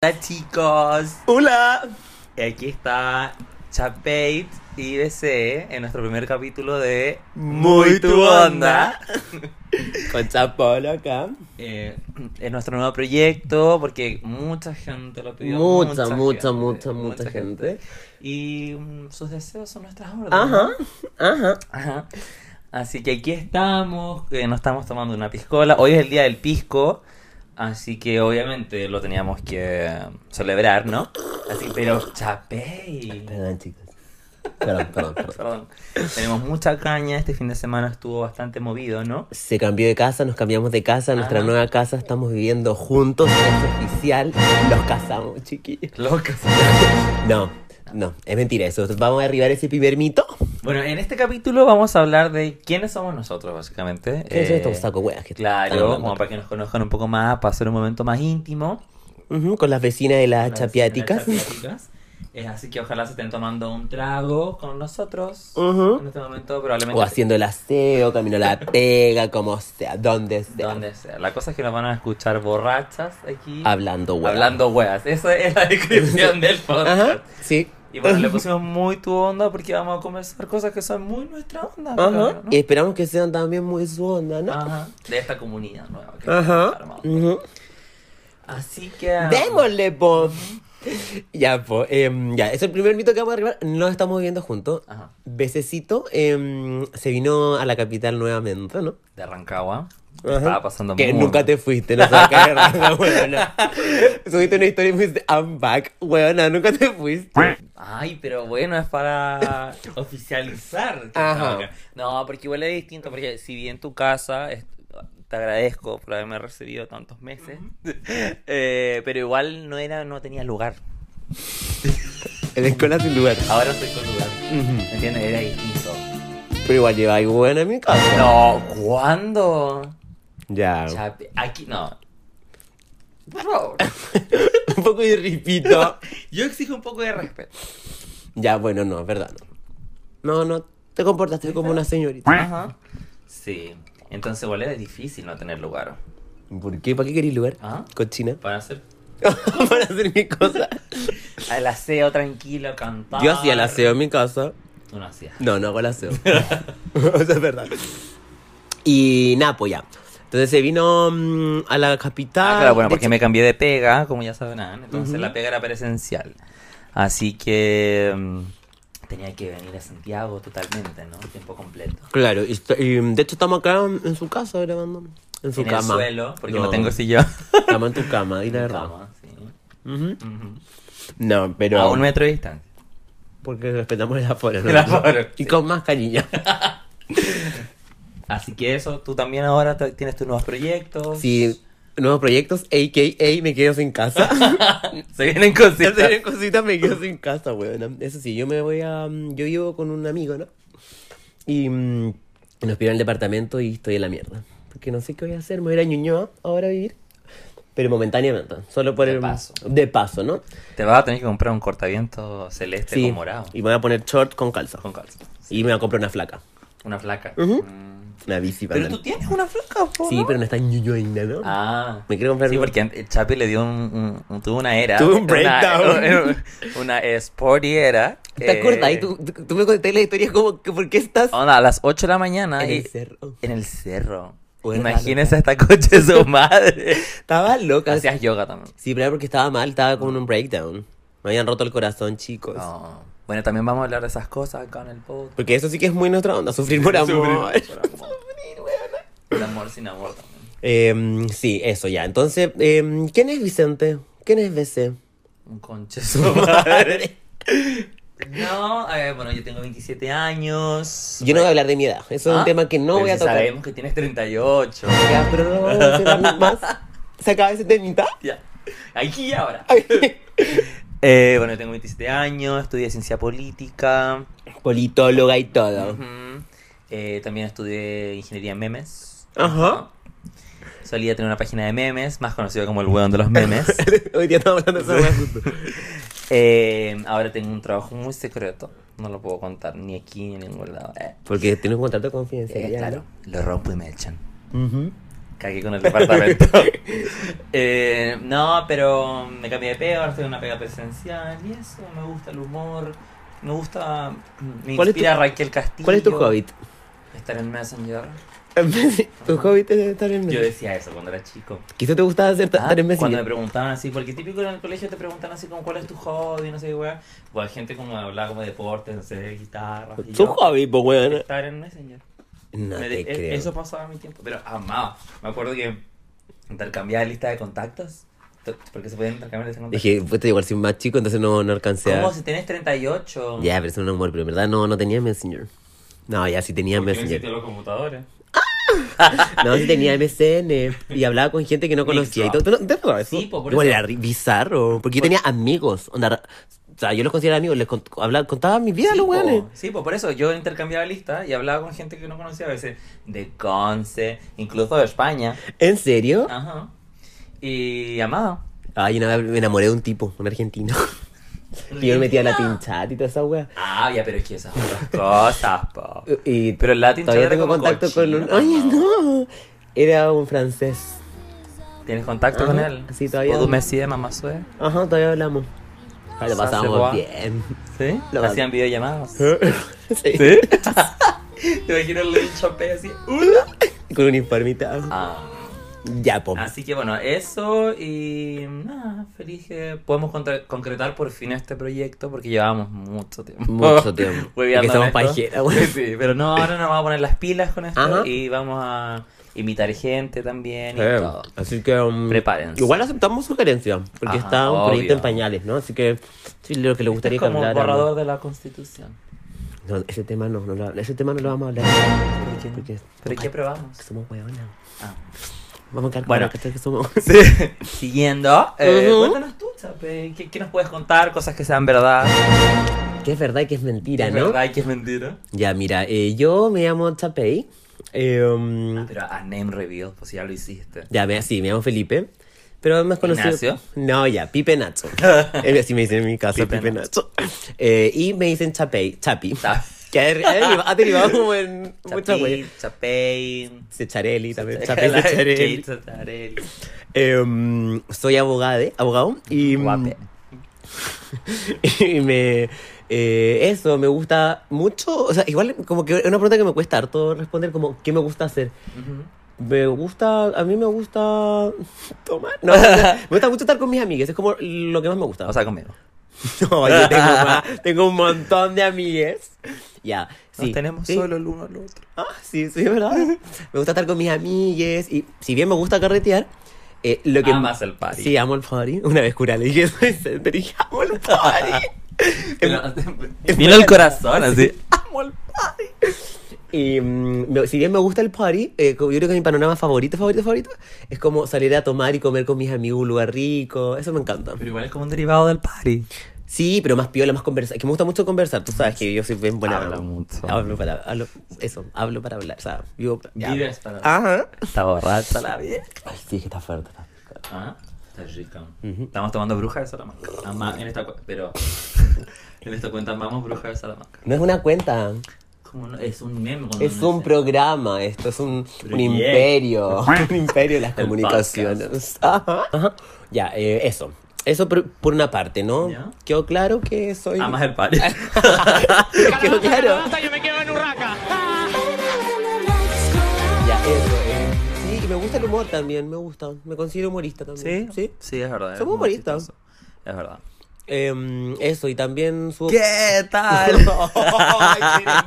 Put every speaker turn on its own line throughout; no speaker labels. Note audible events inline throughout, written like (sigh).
Hola chicos,
Hola.
aquí está Chapate y BC en nuestro primer capítulo de
Muy tu onda. Con Chapolo acá.
Eh, es nuestro nuevo proyecto porque mucha gente lo pidió.
Mucha, mucha,
gente,
mucha, mucha gente.
Y mm, sus deseos son nuestras órdenes.
Ajá, ajá.
Ajá. Así que aquí estamos, eh, nos estamos tomando una piscola. Hoy es el día del pisco, así que obviamente lo teníamos que celebrar, ¿no? Así que, pero chapey.
Perdón, chicos. Perdón, perdón, perdón.
Perdón. Tenemos mucha caña, este fin de semana estuvo bastante movido, ¿no?
Se cambió de casa, nos cambiamos de casa, nuestra
Ah.
nueva casa, estamos viviendo juntos, es oficial, nos casamos, chiquillos.
Locas.
No, no, es mentira eso. Vamos a derribar ese primer mito.
Bueno, en este capítulo vamos a hablar de quiénes somos nosotros, básicamente.
¿Qué es
Eh,
esto? Saco weas que están
Claro,
hablando
como
acá.
para que nos conozcan un poco más, para hacer un momento más íntimo.
Ujú, con las vecinas de las
Las
chapiáticas.
escenas chapiáticas. Eh, así que ojalá se estén tomando un trago con nosotros
Ujú.
en este momento, probablemente.
O haciendo el aseo, camino a la pega, como sea, donde sea.
Donde sea. La cosa es que nos van a escuchar borrachas aquí.
Hablando weas.
Hablando weas. Esa es la (laughs) descripción del podcast.
Ajá, sí.
Y bueno,
(laughs)
le pusimos muy tu onda porque vamos a conversar cosas que son muy nuestra onda.
Ajá.
creo, ¿no?
Y esperamos que sean también muy su onda, ¿no?
Ajá. De esta comunidad nueva que
Ajá.
está armando.
Ujú.
Así que. ah,
Démosle, po. Ya, po. em, ya, es el primer mito que vamos a arribar. Nos estamos viviendo juntos.
Ajá.
Bececito em, se vino a la capital nuevamente, ¿no?
De Rancagua.
Ajá.
Estaba pasando
Que
muy
nunca
mal.
te fuiste, no sabes qué (laughs) raro, weón, no. Subiste una historia y me dijiste, I'm back, weón, nunca te fuiste.
Ay, pero bueno, es para (laughs) oficializar. que
Ajá.
estaba acá. No, porque igual es distinto, porque si vi en tu casa, es- te agradezco por haberme recibido tantos meses, (laughs) eh, pero igual no era, no tenía lugar.
En la escuela sin lugar.
Ahora estoy con lugar,
Ujú.
¿me entiendes? Era distinto.
Pero igual lleváis weón a mi casa.
No, ¿cuándo?
Ya.
Chape- Aquí, no. Por favor.
(laughs) Un poco de ripito.
(laughs) Yo exijo un poco de respeto.
Ya, bueno, no, es verdad. No, no, no, te comportaste como una señorita.
Ajá. Sí. Entonces igual era difícil no tener lugar.
¿Por qué? ¿Para qué querís lugar?
Ah.
Cochina. (laughs)
Para hacer
Para hacer mi cosa.
Al aseo tranquilo, cantar.
Yo hacía el aseo en mi casa.
Tú no hacías.
No, no hago el aseo. (laughs) o sea, es verdad. Y nada, pues ya. Entonces se vino mm, a la capital.
Ah, claro, bueno,
De
porque me cambié de pega, como ya saben, ¿eh? entonces
Ujú.
la pega era presencial. Así que mm, tenía que venir a Santiago totalmente, ¿no? Tiempo completo.
hecho- Claro, y, esto- y, mm, de hecho estamos acá en, en su casa grabando. En su
en
cama.
el suelo, porque no, tengo sillón.
Cama en tu cama, di la verdad.
Cama, sí.
Ujú.
Ujú.
No, pero.
A un metro de distancia.
Porque respetamos el aforo, ¿no?
El aforo,
Y con más cariño.
Así que eso, tú también ahora te- tienes tus nuevos proyectos.
Sí, nuevos proyectos, a.k.a. me quedo sin
(laughs)
casa.
Se vienen
Ya (laughs)
cositas.
se vienen cositas, me quedo sin casa, weón. Eso sí, yo me voy a. mm, Yo vivo con un amigo, ¿no? Y mm, nos pidieron el departamento y estoy en la mierda. Porque no sé qué voy a hacer, me voy a ir a Ñuñoa ahora a vivir. Pero momentáneamente, solo por
De
el.
paso.
De paso, ¿no?
Te vas a tener que comprar un cortaviento celeste
Sí.
con morado.
Y me voy a poner short con calza.
Con calzón.
Y me voy a comprar una flaca.
Una flaca.
Ujú.
Mm.
Una bici para
Pero tú
andar.
tienes una flaca, po,
Sí,
¿no?
pero no está en Ñuñoa, ¿no?
Ah.
Me quiero comprar
Sí,
una-
porque ante- Chapi le dio un, un- un- tuvo una era.
Tuvo un
una-
breakdown.
Una, (laughs) una sporty era.
¿Te acuerdas?
eh,
Y tú, tú- tú me contaste la historia como que por qué estás
Onda, a las 8 de la mañana.
en
y-
el cerro.
en el cerro.
Bueno,
Imagínese hasta coche
(laughs)
su madre.
Estaba loca.
Hacías yoga también.
Sí, pero era porque estaba mal, estaba con un breakdown. Me habían roto el corazón, chicos.
No. Bueno, también vamos a hablar de esas cosas acá en el podcast.
Porque eso sí que es muy nuestra onda,
(laughs)
sufrir (laughs) por amor.
Por
(laughs)
amor. El amor sin amor también.
Em, sí, eso ya. Entonces, em, ¿quién es Vicente? ¿Quién es BC?
Un conche
(laughs)
su madre. No, eh, bueno, yo tengo 27 años.
Yo no voy a hablar de mi edad. Eso es
Ah,
un tema que no
pero
voy a
si
tocar.
Sabemos que tienes 38.
Ya, pero no lo vamos a mencionar más. ¿Se acaba ese temita?
(laughs) Ya. Aquí y ahora.
Ay.
Eh, bueno, yo tengo 27 años, estudié ciencia política.
Politóloga y todo.
Ujú. Eh, también estudié ingeniería en memes.
Ajá.
Solía tener una página de memes, más conocida como el hueón de los memes.
Hoy día estamos hablando de eso. justo.
Eh, ahora tengo un trabajo muy secreto. No lo puedo contar ni aquí ni en ningún lado. Eh,
Porque tiene un contrato
eh,
confidencial.
claro, lo rompo y me echan. Cagué con el
(laughs)
departamento. Eh, no, pero me cambié de pega, ahora estoy en una pega presencial y eso, me gusta el humor, me gusta... Me
¿Cuál es
inspira
tu-
Raquel Castillo.
¿Cuál es tu hobbit? (laughs)
Estar en Messenger.
tu hobbit es estar en
Yo
Messenger.
decía eso cuando era chico.
Quizá te gustaba hacer ta-
Ah,
estar en
Cuando me
Messenger.
preguntaban así, porque típico en el colegio te preguntan así como cuál es tu hobby, no sé qué weá. O hay gente como hablaba como de deportes, no sé, de guitarra. y
Tu
yo,
hobbit, pues, weón.
Estar en Messenger.
No
Me
te
de- e-
creo.
Eso pasaba mi tiempo, pero amaba. Me acuerdo que intercambiaba lista de contactos, t- porque se podían intercambiar lista de contactos.
Dije, pues igual soy más chico, entonces no, no alcancé a...
¿Cómo si tenés 38?
Ya, pero es un humor, pero en verdad no, no tenía Messenger. No, ya sí tenía
¿Por qué no existían
Messenger.
los computadores?
No,
(laughs)
sí tenía MSN. Y hablaba con gente que no
Mic
conocía. Y
drop.
todo, ¿Tú no- ¿Te acuerdas de eso?
Sí, po, por
Igual
eso.
era ri- bizarro. Porque yo tenía amigos. onda, ra- o sea, yo los consideraba amigos. Les cont- hablaba- contaba mi vida a
sí,
los
po.
weones.
Sí, po, por eso yo intercambiaba lista y hablaba con gente que no conocía a veces de Conce, incluso de España.
¿En serio?
Ajá. Y amaba.
Ay, una vez me enamoré de un tipo, un argentino. (laughs) y yo me metía a Latin Chat y toda esa wea.
Ah, ya, pero es que esas otras cosas, po.
Y
Pero el Latin
todavía
Chat era
tengo
como
contacto
cochino,
con un. Ay,
¿no?
no. Era un francés.
¿Tienes contacto con
Ajá,
él?
sí, todavía.
¿O tú me sigues, mamá sue?
Ajá, todavía hablamos. Ay, lo
Sase,
pasamos
guau.
(laughs) bien.
¿Sí?
Lo-
Hacían videollamadas.
¿Eh? Sí.
(laughs) Te imagino el Lil Chopé así. uh.
Con un informita. Ah. Ya, po.
así que bueno, eso y nada, feliz que podemos contra- concretar por fin este proyecto porque llevamos mucho tiempo. (laughs)
Mucho tiempo.
Hueveando
Que somos
en esto.
pajera, güey.
Sí, pero no, ahora nos vamos a poner las pilas con esto
Ajá.
y vamos a imitar gente también y
(laughs) Eh,
todo.
así que um,
Prepárense.
igual aceptamos sugerencias porque
Ajá,
está un proyecto
obvio.
en pañales, ¿no? Así que Este sí, lo que le
Esto
gustaría
es
que
como un
hablara-
borrador de la constitución.
No, ese tema no, no lo, ese tema no lo vamos a hablar
¿Por qué?
porque
¿Pero qué
que
probamos?
somos hueonas.
Ah.
Vamos a quedar
Bueno.
bueno. que somos. (laughs)
(laughs) Siguiendo, eh,
Ujú.
cuéntanos tú, Chape, ¿qué, qué nos puedes contar? Cosas que sean verdad,
que es verdad y que es mentira,
que es
¿no?
verdad y que es mentira.
Ya, mira, eh, yo me llamo Chapey. eh, um,
Pero a name reveal, pues ya lo hiciste. (laughs)
Ya, me, sí, me llamo Felipe. Pero más conocido.
¿Ignacio?
No, ya,
(laughs)
Pipe Nacho. Eh, Así me dicen en mi casa,
Pipe
Pipe, Nacho. Eh, y me dicen Chapey, Chapi.
Chapi.
Que ha deriva- ha derivado como
(laughs)
en muchas
Chapey,
weas.
Chapey, (laughs)
Secharelli también. Chapey
Chapey,
Secharelli.
Chacharelli.
Eh, mm, soy abogado, abogado. Y, mm,
Guape.
(laughs) y me. eh, eso, me gusta mucho. O sea, igual, como que es una pregunta que me cuesta harto responder, como, ¿qué me gusta hacer?
Ujú.
Me gusta, a mí me gusta (laughs) tomar. No, me gusta mucho estar con mis amigas, es como lo que más me gusta.
(laughs) O sea, conmigo.
no, yo tengo, más- tengo un montón de amigas. Ya, sí.
Nos tenemos
sí.
solo el uno al otro.
Ah, sí, sí, es
(laughs)
verdad. me gusta estar con mis amigas y si bien me gusta carretear, eh, lo que...
Amas el party. (laughs)
Sí, amo el party. Una vez cura le eh, dije, (laughs) soy center y amo el party.
(laughs) Pero- Vino Em, el corazón, así.
amo el party. Y mm, me- si bien me gusta el party, eh, como yo creo que mi panorama favorito, favorito, favorito, es como salir a tomar y comer con mis amigos en un lugar rico. Eso me encanta.
Pero igual es como un derivado del party.
Sí, pero más piola, más conversa. Que me gusta mucho conversar. Tú sabes que yo soy bien buena.
Habla mucho.
Hablo para hablo, eso, hablo para hablar. O sea, vivo ya.
Vives para-
Ajá.
Está borracha la vida.
Ay, sí, que está fuerte. está fuerte.
Ah, está rica. Estamos tomando Bruja de Salamanca. Ama- en esta cu- pero (laughs) en esta cuenta amamos Bruja de Salamanca.
No es una cuenta.
Como no- es un meme cuando
Es
uno
un
dice-
programa. Esto es un, un
Proyecto. (laughs)
imperio. un imperio de las
El
comunicaciones. Ajá. Ajá. Ya, eh, eso. Eso por, por una parte, ¿no?
Ya. Ah,
Quedó claro que soy.
Amas el (laughs) party.
Quedó claro.
Yo me quedo en Urraca.
Ya, eso. eh. Sí, y me gusta el humor también. Me gusta. Me considero humorista
¿Sí?
también.
Sí, es verdad. es
Somos
muy
humoristas.
chistoso. Es verdad.
Em, eso, y también su.
¿Qué (laughs) tal? (laughs)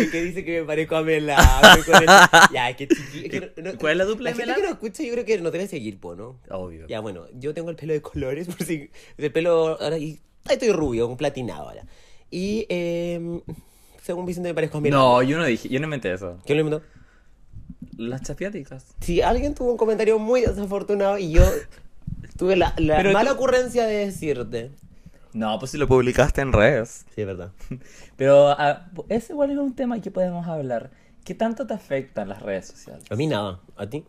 El (laughs) que dice que me parezco a Melame
(laughs)
con el- Ya, es que chiqui- es que no- no-
¿Cuál es la dupla de
gente
Melame?
que no escucha, yo creo que no te va a seguir, po, ¿no?
Obvio.
Ya, bueno, yo tengo el pelo de colores, (laughs) por si. El pelo. Ahora, y, ahí estoy rubio, con platinado ahora. Y, em, según Vicente, me parezco a Melame.
No, yo no dije, yo no inventé eso.
¿Quién lo inventó?
Las chapiáticas.
Si alguien tuvo un comentario muy desafortunado y yo tuve la, la
Pero
mala
tú-
ocurrencia de decirte.
No, pues si lo publicaste en redes.
Sí, es verdad.
Pero ah, ese igual es un tema que podemos hablar. ¿Qué tanto te afectan las redes sociales?
A mí nada, a ti.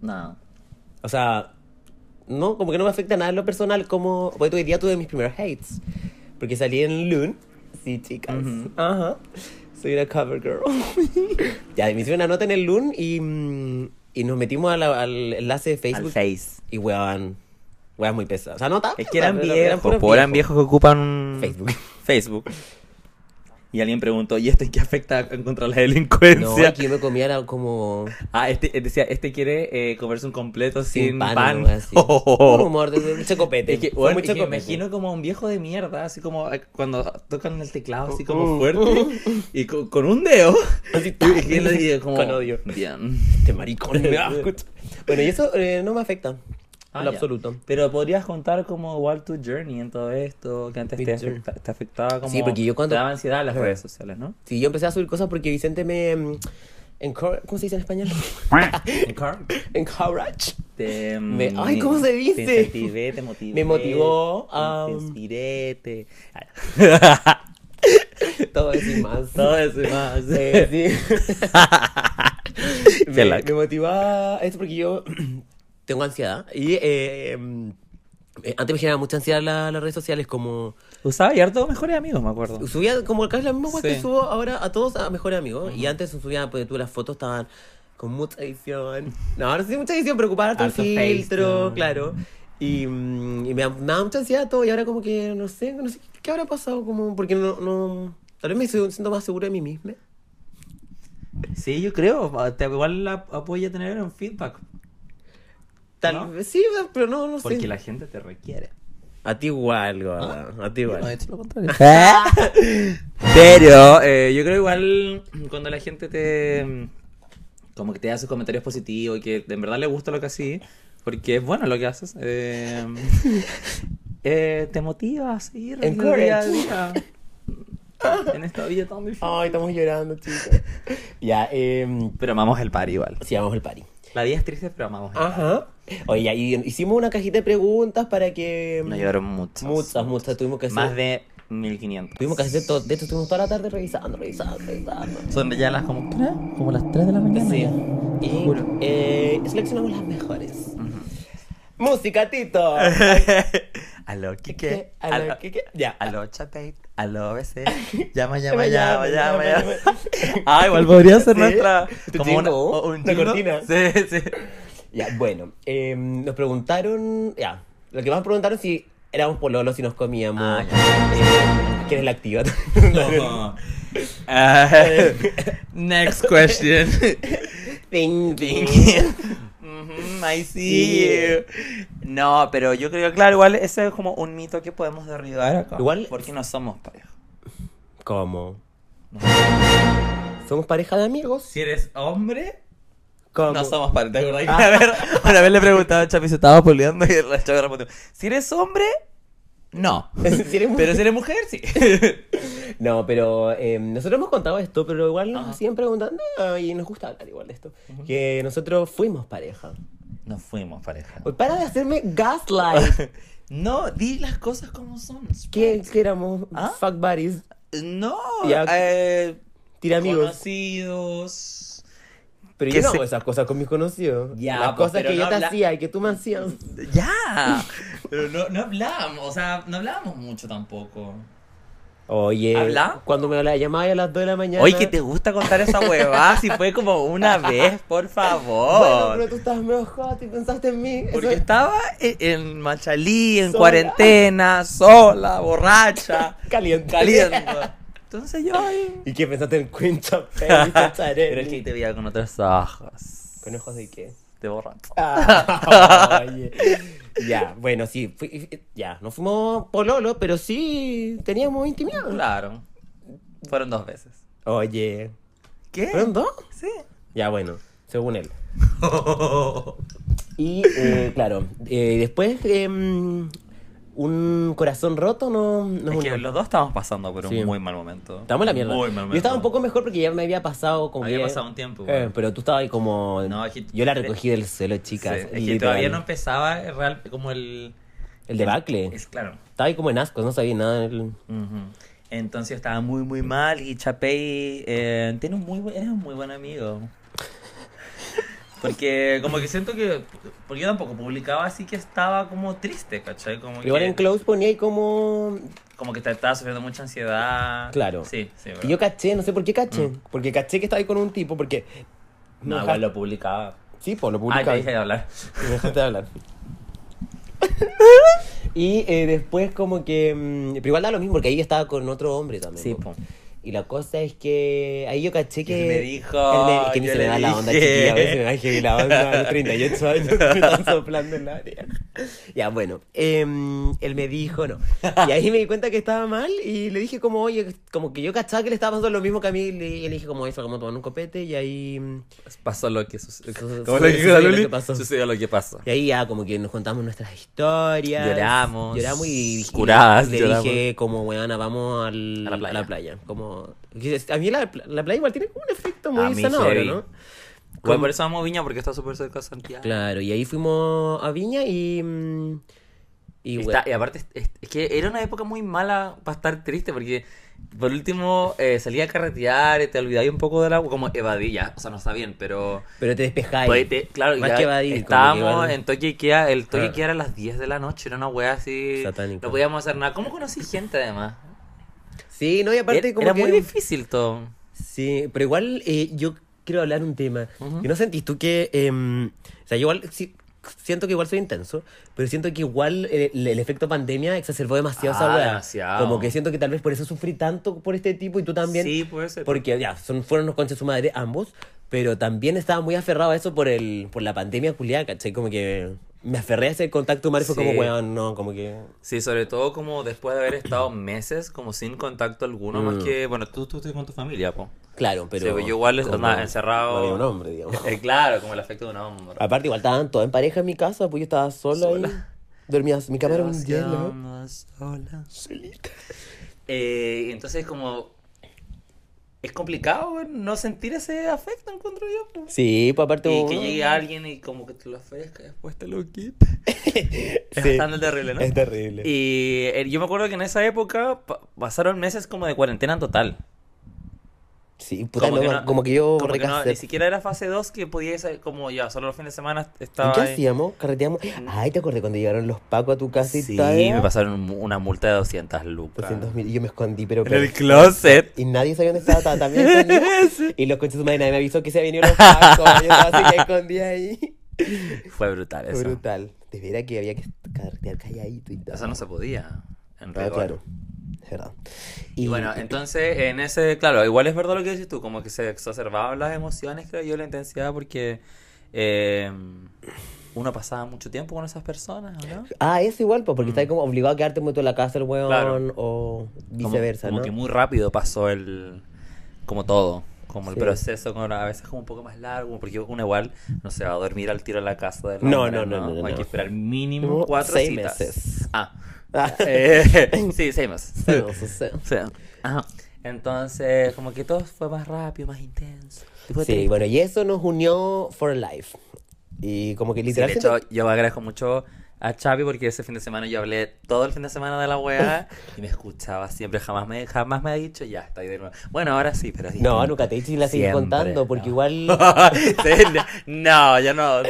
No.
O sea, no, como que no me afecta nada en lo personal, como. Porque tu día tuve mis primeros hates. Porque salí en Loon. Sí, chicas.
Ujú.
Ajá. Soy una cover girl. (laughs) ya, me hicieron una nota en el LUN y, mm, y nos metimos a la- al enlace de
Al
Facebook.
Face.
Y weón, weón muy pesadas. O sea, nota.
Es que Ah, eran
pero
viejos,
puros
po, eran viejos que ocupan un-
Facebook.
(laughs) Facebook. Y alguien preguntó, ¿y esto en qué afecta a- contra la
No,
delincuencia?
que yo me comía la- como
Ah, este eh, decía, este quiere eh, comerse un completo sin,
sin
pan.
pan, o algo así.
(laughs) Oh, oh, oh.
Un humor de de mucho copete.
Es que,
Fue
bueno,
mucho
es que me
copete.
imagino como un viejo de mierda, así como eh, cuando tocan el teclado, así
Mm.
como fuerte, y con, con un dedo.
(laughs) Así,
Y que le diga como,
Con odio.
Bien.
Este maricón me (laughs) da asco. Bueno, y eso eh, no me afecta.
Ah,
en
ya.
lo absoluto.
Pero podrías contar como igual tu journey en todo esto, que antes
Mi
te,
journey.
afecta- te afectaba como...
Sí, porque yo cuando-
Te daba ansiedad las
Ajá.
redes sociales,
(laughs)
¿no?
Sí, yo empecé a subir cosas porque Vicente me... mm, encor- ¿Cómo se dice
(laughs)
en español? Encourage. (laughs)
Te,
Me-
mm,
ay, ¿cómo se dice?
Te incentivé, te motivé.
Me motivó, ah,
Te inspiré, te...
Todo eso y más.
Todo eso y más. (laughs)
Eh, sí. me,
Qué lac.
me motiva esto porque yo (clears throat) tengo ansiedad. Y eh, em, eh, antes me generaba mucha ansiedad la- las redes sociales como...
Usaba y harto mejores amigos, me acuerdo.
Subía como casi las mismas cosas que
Sí.
subo ahora a todos a mejores amigos. Y antes subía, pues tú las fotos estaban con mucha edición. No, ahora sí, mucha edición, pero ocupaba harto el
Harto
filtro,
filtro.
claro. Y, mm, y me, da- me da mucha ansiedad todo. Y ahora como que no sé, no sé qué habrá pasado, como porque no, no. Tal vez me siento más seguro de mí misma.
Sí, yo creo. ah, Te- Igual la apoya tener un feedback.
Tal
¿No?
vez sí, pero no, no
Porque
sé.
la ¿Ah? gente te requiere.
A ti igual, gorda, A ti igual.
lo (laughs) contrario. ¿Eh? Pero eh, yo creo igual cuando la gente te... mm, Como que te hace comentarios positivos y que en verdad le gusta lo que así. Porque es bueno lo que haces. eh, (laughs) eh, te motiva a seguir en el día a día. En esta vida tan difícil.
Ay, estamos llorando,
(laughs)
chicos. ya, eh,
Pero amamos em, el par igual.
sí, vamos al party.
La vida es triste, pero amamos el par.
Ajá. Oye, ahí hicimos una cajita de preguntas para que.
Nos lloraron muchas.
Muchas, muchas. Tuvimos que hacer.
Más de 1500.
Tuvimos que hacer todo. De hecho, estuvimos toda la tarde revisando, revisando, revisando.
Son ya las como, como las 3 de la mañana.
Sí.
Te
Y
juro.
eh, seleccionamos las mejores.
(laughs)
Música, Tito.
(laughs) Aló,
¿Qué?
Kike.
¿A lo que qué? Ya.
Aló, Chapate. Aló, (laughs) BC. Llama, llama, llama,
Llama, llama,
llama, llama.
llama.
(laughs) Ah, igual podría ser
Sí.
nuestra.
Tu
Como una,
jingle,
o- un
una
jingle.
cortina.
Sí, (laughs) sí.
Ya, bueno. eh, nos preguntaron. Ya. Lo que más preguntaron si éramos pololos, si nos comíamos.
Ah,
eh, ¿Quién es la activa?
(laughs) Ah, (laughs) next (laughs) question.
Ding, ding.
Mhm, I see
Sí.
you. No, pero yo creo que, claro, igual ese es como un mito que podemos derribar acá.
Igual-
Porque no somos pareja.
¿Cómo? ¿Somos pareja de amigos?
Si eres hombre,
¿Cómo?
No
(laughs)
somos pares, ¿te acordás? que Una vez, Ah. (laughs) una vez le preguntaba a Chapi si estaba poleando y el Chapi respondió, si eres hombre, (laughs) no.
Si eres mujer.
Pero si eres mujer, sí.
No, pero eh, nosotros hemos contado esto, pero igual nos
Ajá.
siguen preguntando ah, y nos gusta hablar igual de esto. Que nosotros fuimos pareja.
(laughs) No fuimos pareja.
Oye, Para de hacerme gaslight.
(laughs) No, di las cosas como son.
que, que éramos
¿Ah?
fuck buddies,
No,
Ya,
eh,
tira amigos.
conocidos.
Pero
que
yo no
se-
hago esas cosas con mis conocidos.
Ya,
Las
pues,
cosas
pero
que
no
yo te
habla-
hacía y que tú me hacías.
Ya. Pero no, no hablábamos, o sea, no hablábamos mucho tampoco.
Oye,
¿Habla?
cuando me la llamaba a las 2 de la mañana.
Oye, que te gusta contar esa huevada, si fue como (laughs) una vez, por favor.
Bueno, pero tú estabas medio hot y pensaste en mí. Eso
Porque
es-
estaba en, en Machalí, en
Sola.
cuarentena, sola, (laughs) borracha,
Caliente.
caliente. Entonces yo ahí.
¿Y qué pensaste en Quinta
(laughs) Pero es que te veía con otros ojos.
¿Con ojos de qué?
De borracho. (laughs)
Ah, oye. Ya, bueno, sí, fui- ya, no fuimos pololo, pero sí teníamos intimidad.
Claro. Fueron dos veces.
Oye,
¿Qué?
¿fueron dos?
Sí.
Ya, bueno,
(laughs)
según él. Y, eh, claro, eh, después eh, un corazón roto no, no
Es que
unió.
los dos estábamos pasando por un
Sí.
muy mal momento.
Estábamos en la mierda.
Muy mal momento.
Yo estaba un poco mejor porque ya me había pasado como
Había
que-
pasado un tiempo.
Eh,
güey.
pero tú estabas ahí como...
No, es que-
Yo la recogí del suelo, chicas.
Sí, es que
literal.
todavía no empezaba el real- como el.
El debacle.
Es claro.
Estaba ahí como en ascos, no sabía nada. del-
Ujú. Entonces yo estaba muy, muy mal y Chapey eh, tiene un muy buen, era un muy buen amigo. Porque como que siento que... Porque yo tampoco publicaba así que estaba como triste, ¿cachai? Como
Pero Igual
que,
en Close ponía ahí como...
como que te- estaba sufriendo mucha ansiedad.
Claro.
Sí, sí.
Y
verdad.
yo caché, no sé por qué caché.
Mm.
Porque caché que estaba ahí con un tipo, porque...
No,
me
igual
dejaste-
lo publicaba.
Sí, pues lo
Ah,
publicaba.
te dije de hablar.
Me dejaste
(laughs)
de hablar. y eh, después como que... mm, Pero igual da lo mismo, porque ahí estaba con otro hombre también.
Sí,
po.
po.
Y la cosa es que ahí yo caché que...
Él me dijo,
Él me- que ni
yo
se
le
me da la onda,
dije.
chiquilla. A veces me da heavy la onda a los 38 años me están soplando en la área. Ya, bueno. em, él me dijo no. Y ahí me di cuenta que estaba mal y le dije como, oye, como que yo cachaba que le estaba pasando lo mismo que a mí. Y le, y le dije como eso, como tomando un copete y ahí... mm,
Pasó lo que sucedió.
Su-
Como lo que
sucedió
dijo la
lo
Luli,
que pasó.
Sucedió lo que pasó.
Y ahí ya como que nos contamos nuestras historias.
Lloramos.
Lloramos y dije-
Curadas,
Le
lloramos.
dije como, weona, vamos al-
A
a
la
la
playa.
playa. Como, a mí la, la playa igual tiene como un efecto muy
A mí
sanador,
heavy.
¿no?
Igual por eso vamos a Viña, porque está súper cerca de Santiago.
Claro, y ahí fuimos a Viña y... mm, Y,
Y,
we-
está- y aparte, es- es, es que era una época muy mala para estar triste, porque por último eh, salía a carretear, y te olvidabas un poco del agua, como evadilla, o sea, no está bien, pero...
Pero te despejáis.
Pues, te- claro,
Más
ya
que evadir, como que
estábamos
igual- Ah.
en toque y queda, el toque y
Claro.
queda era a las 10 de la noche, era una wea así,
Satánica.
no podíamos hacer nada. ¿Cómo conocí gente además?
Sí, no, y aparte
era
como
era
que...
muy difícil todo.
Sí, pero igual eh, yo quiero hablar un tema.
Ujú.
¿Y no sentís tú que... em, o sea, yo igual sí- siento que igual soy intenso, pero siento que igual eh, el, el efecto pandemia exacerbó demasiado esa
Ah,
weá.
demasiado.
Como que siento que tal vez por eso sufrí tanto por este tipo y tú también.
Sí, puede ser.
Porque ya, son, fueron unos conches su madre ambos, pero también estaba muy aferrado a eso por el por la pandemia culiada, ¿cachai? Como que me aferré a ese contacto humano y fue
Sí.
como, weón, no, como que...
Sí, sobre todo como después de haber estado meses como sin contacto alguno, más
Mm.
que, bueno, tú, tú estás con tu familia,
(laughs)
po.
Claro, pero...
Sí, pues yo igual
como
andaba
que
encerrado.
no había un hombre, digamos.
Eh, claro, como el afecto de un hombre.
Aparte, igual estaban todas en pareja en mi casa, pues yo estaba sola,
Sola.
ahí. Dormías, mi cama era un hielo.
Quedamos solas. Eh, entonces como es complicado güey, no sentir ese afecto encuentro yo pues.
Sí, pues aparte.
y
vos-
que llegue alguien y como que te lo ofrezca y después te lo quite es
Sí,
bastante terrible ¿no?
Es terrible.
y eh, yo me acuerdo que en esa época pa- pasaron meses como de cuarentena en total
Sí, puta, no,
no-
como que yo
como
borré
que no, ni
cassette.
siquiera era fase 2 que podía ser como ya solo los fines de semana
¿Y
estaba
qué
ahí.
hacíamos? ¿Carreteamos? Ay, te acordé cuando llegaron los pacos a tu casa y
sí
tal.
me pasaron mu- una multa de 200 lucas
200.000, y yo me escondí, pero.
en el closet
(laughs) Y nadie sabía dónde estaba,
(laughs)
estaba también escondido. Y los coches de su madre nadie me avisó que se venían los pacos. Yo estaba así que escondida ahí.
Fue brutal eso.
Brutal. De veras que había que carretear calladito y tal.
Eso no se podía. En
Ah,
rigor.
claro. Es verdad.
Y bueno, entonces en ese, claro, igual es verdad lo que dices tú, como que se exacerbaban las emociones, creo yo, la intensidad, porque eh, uno pasaba mucho tiempo con esas personas, ¿o ¿no?
Ah, eso igual, pues, porque está ahí como obligado a quedarte muerto en la casa el weón
Mm. Claro.
o
Como-
viceversa,
como,
¿no?
que muy rápido pasó el. como todo. Como el
Sí.
proceso, como a veces como un poco más largo, porque uno igual no se va a dormir al tiro a la casa del
No,
hombre,
no, no, no, no,
Hay que
no.
esperar mínimo
Mínimo
cuatro
seis
citas.
meses.
Ah.
(laughs) (laughs) Ah,
(laughs) Eh, sí, seis meses.
no, no sé.
Sí. Ajá. Entonces, como que todo fue más rápido, más intenso. Después
Sí,
triste.
bueno, y eso nos unió for life. Y como que
Sí, de
literalmente...
hecho, yo agradezco mucho a Chavi porque ese fin de semana yo hablé todo el fin de semana de la
(laughs)
weá y me escuchaba siempre. Jamás me, jamás me ha dicho, ya, está ahí de nuevo. Bueno, ahora sí, pero... es
No,
distinto. (laughs)
nunca te he dicho y la seguís
Siempre,
contando, porque
no. (laughs)
igual...
Sí, no, yo no,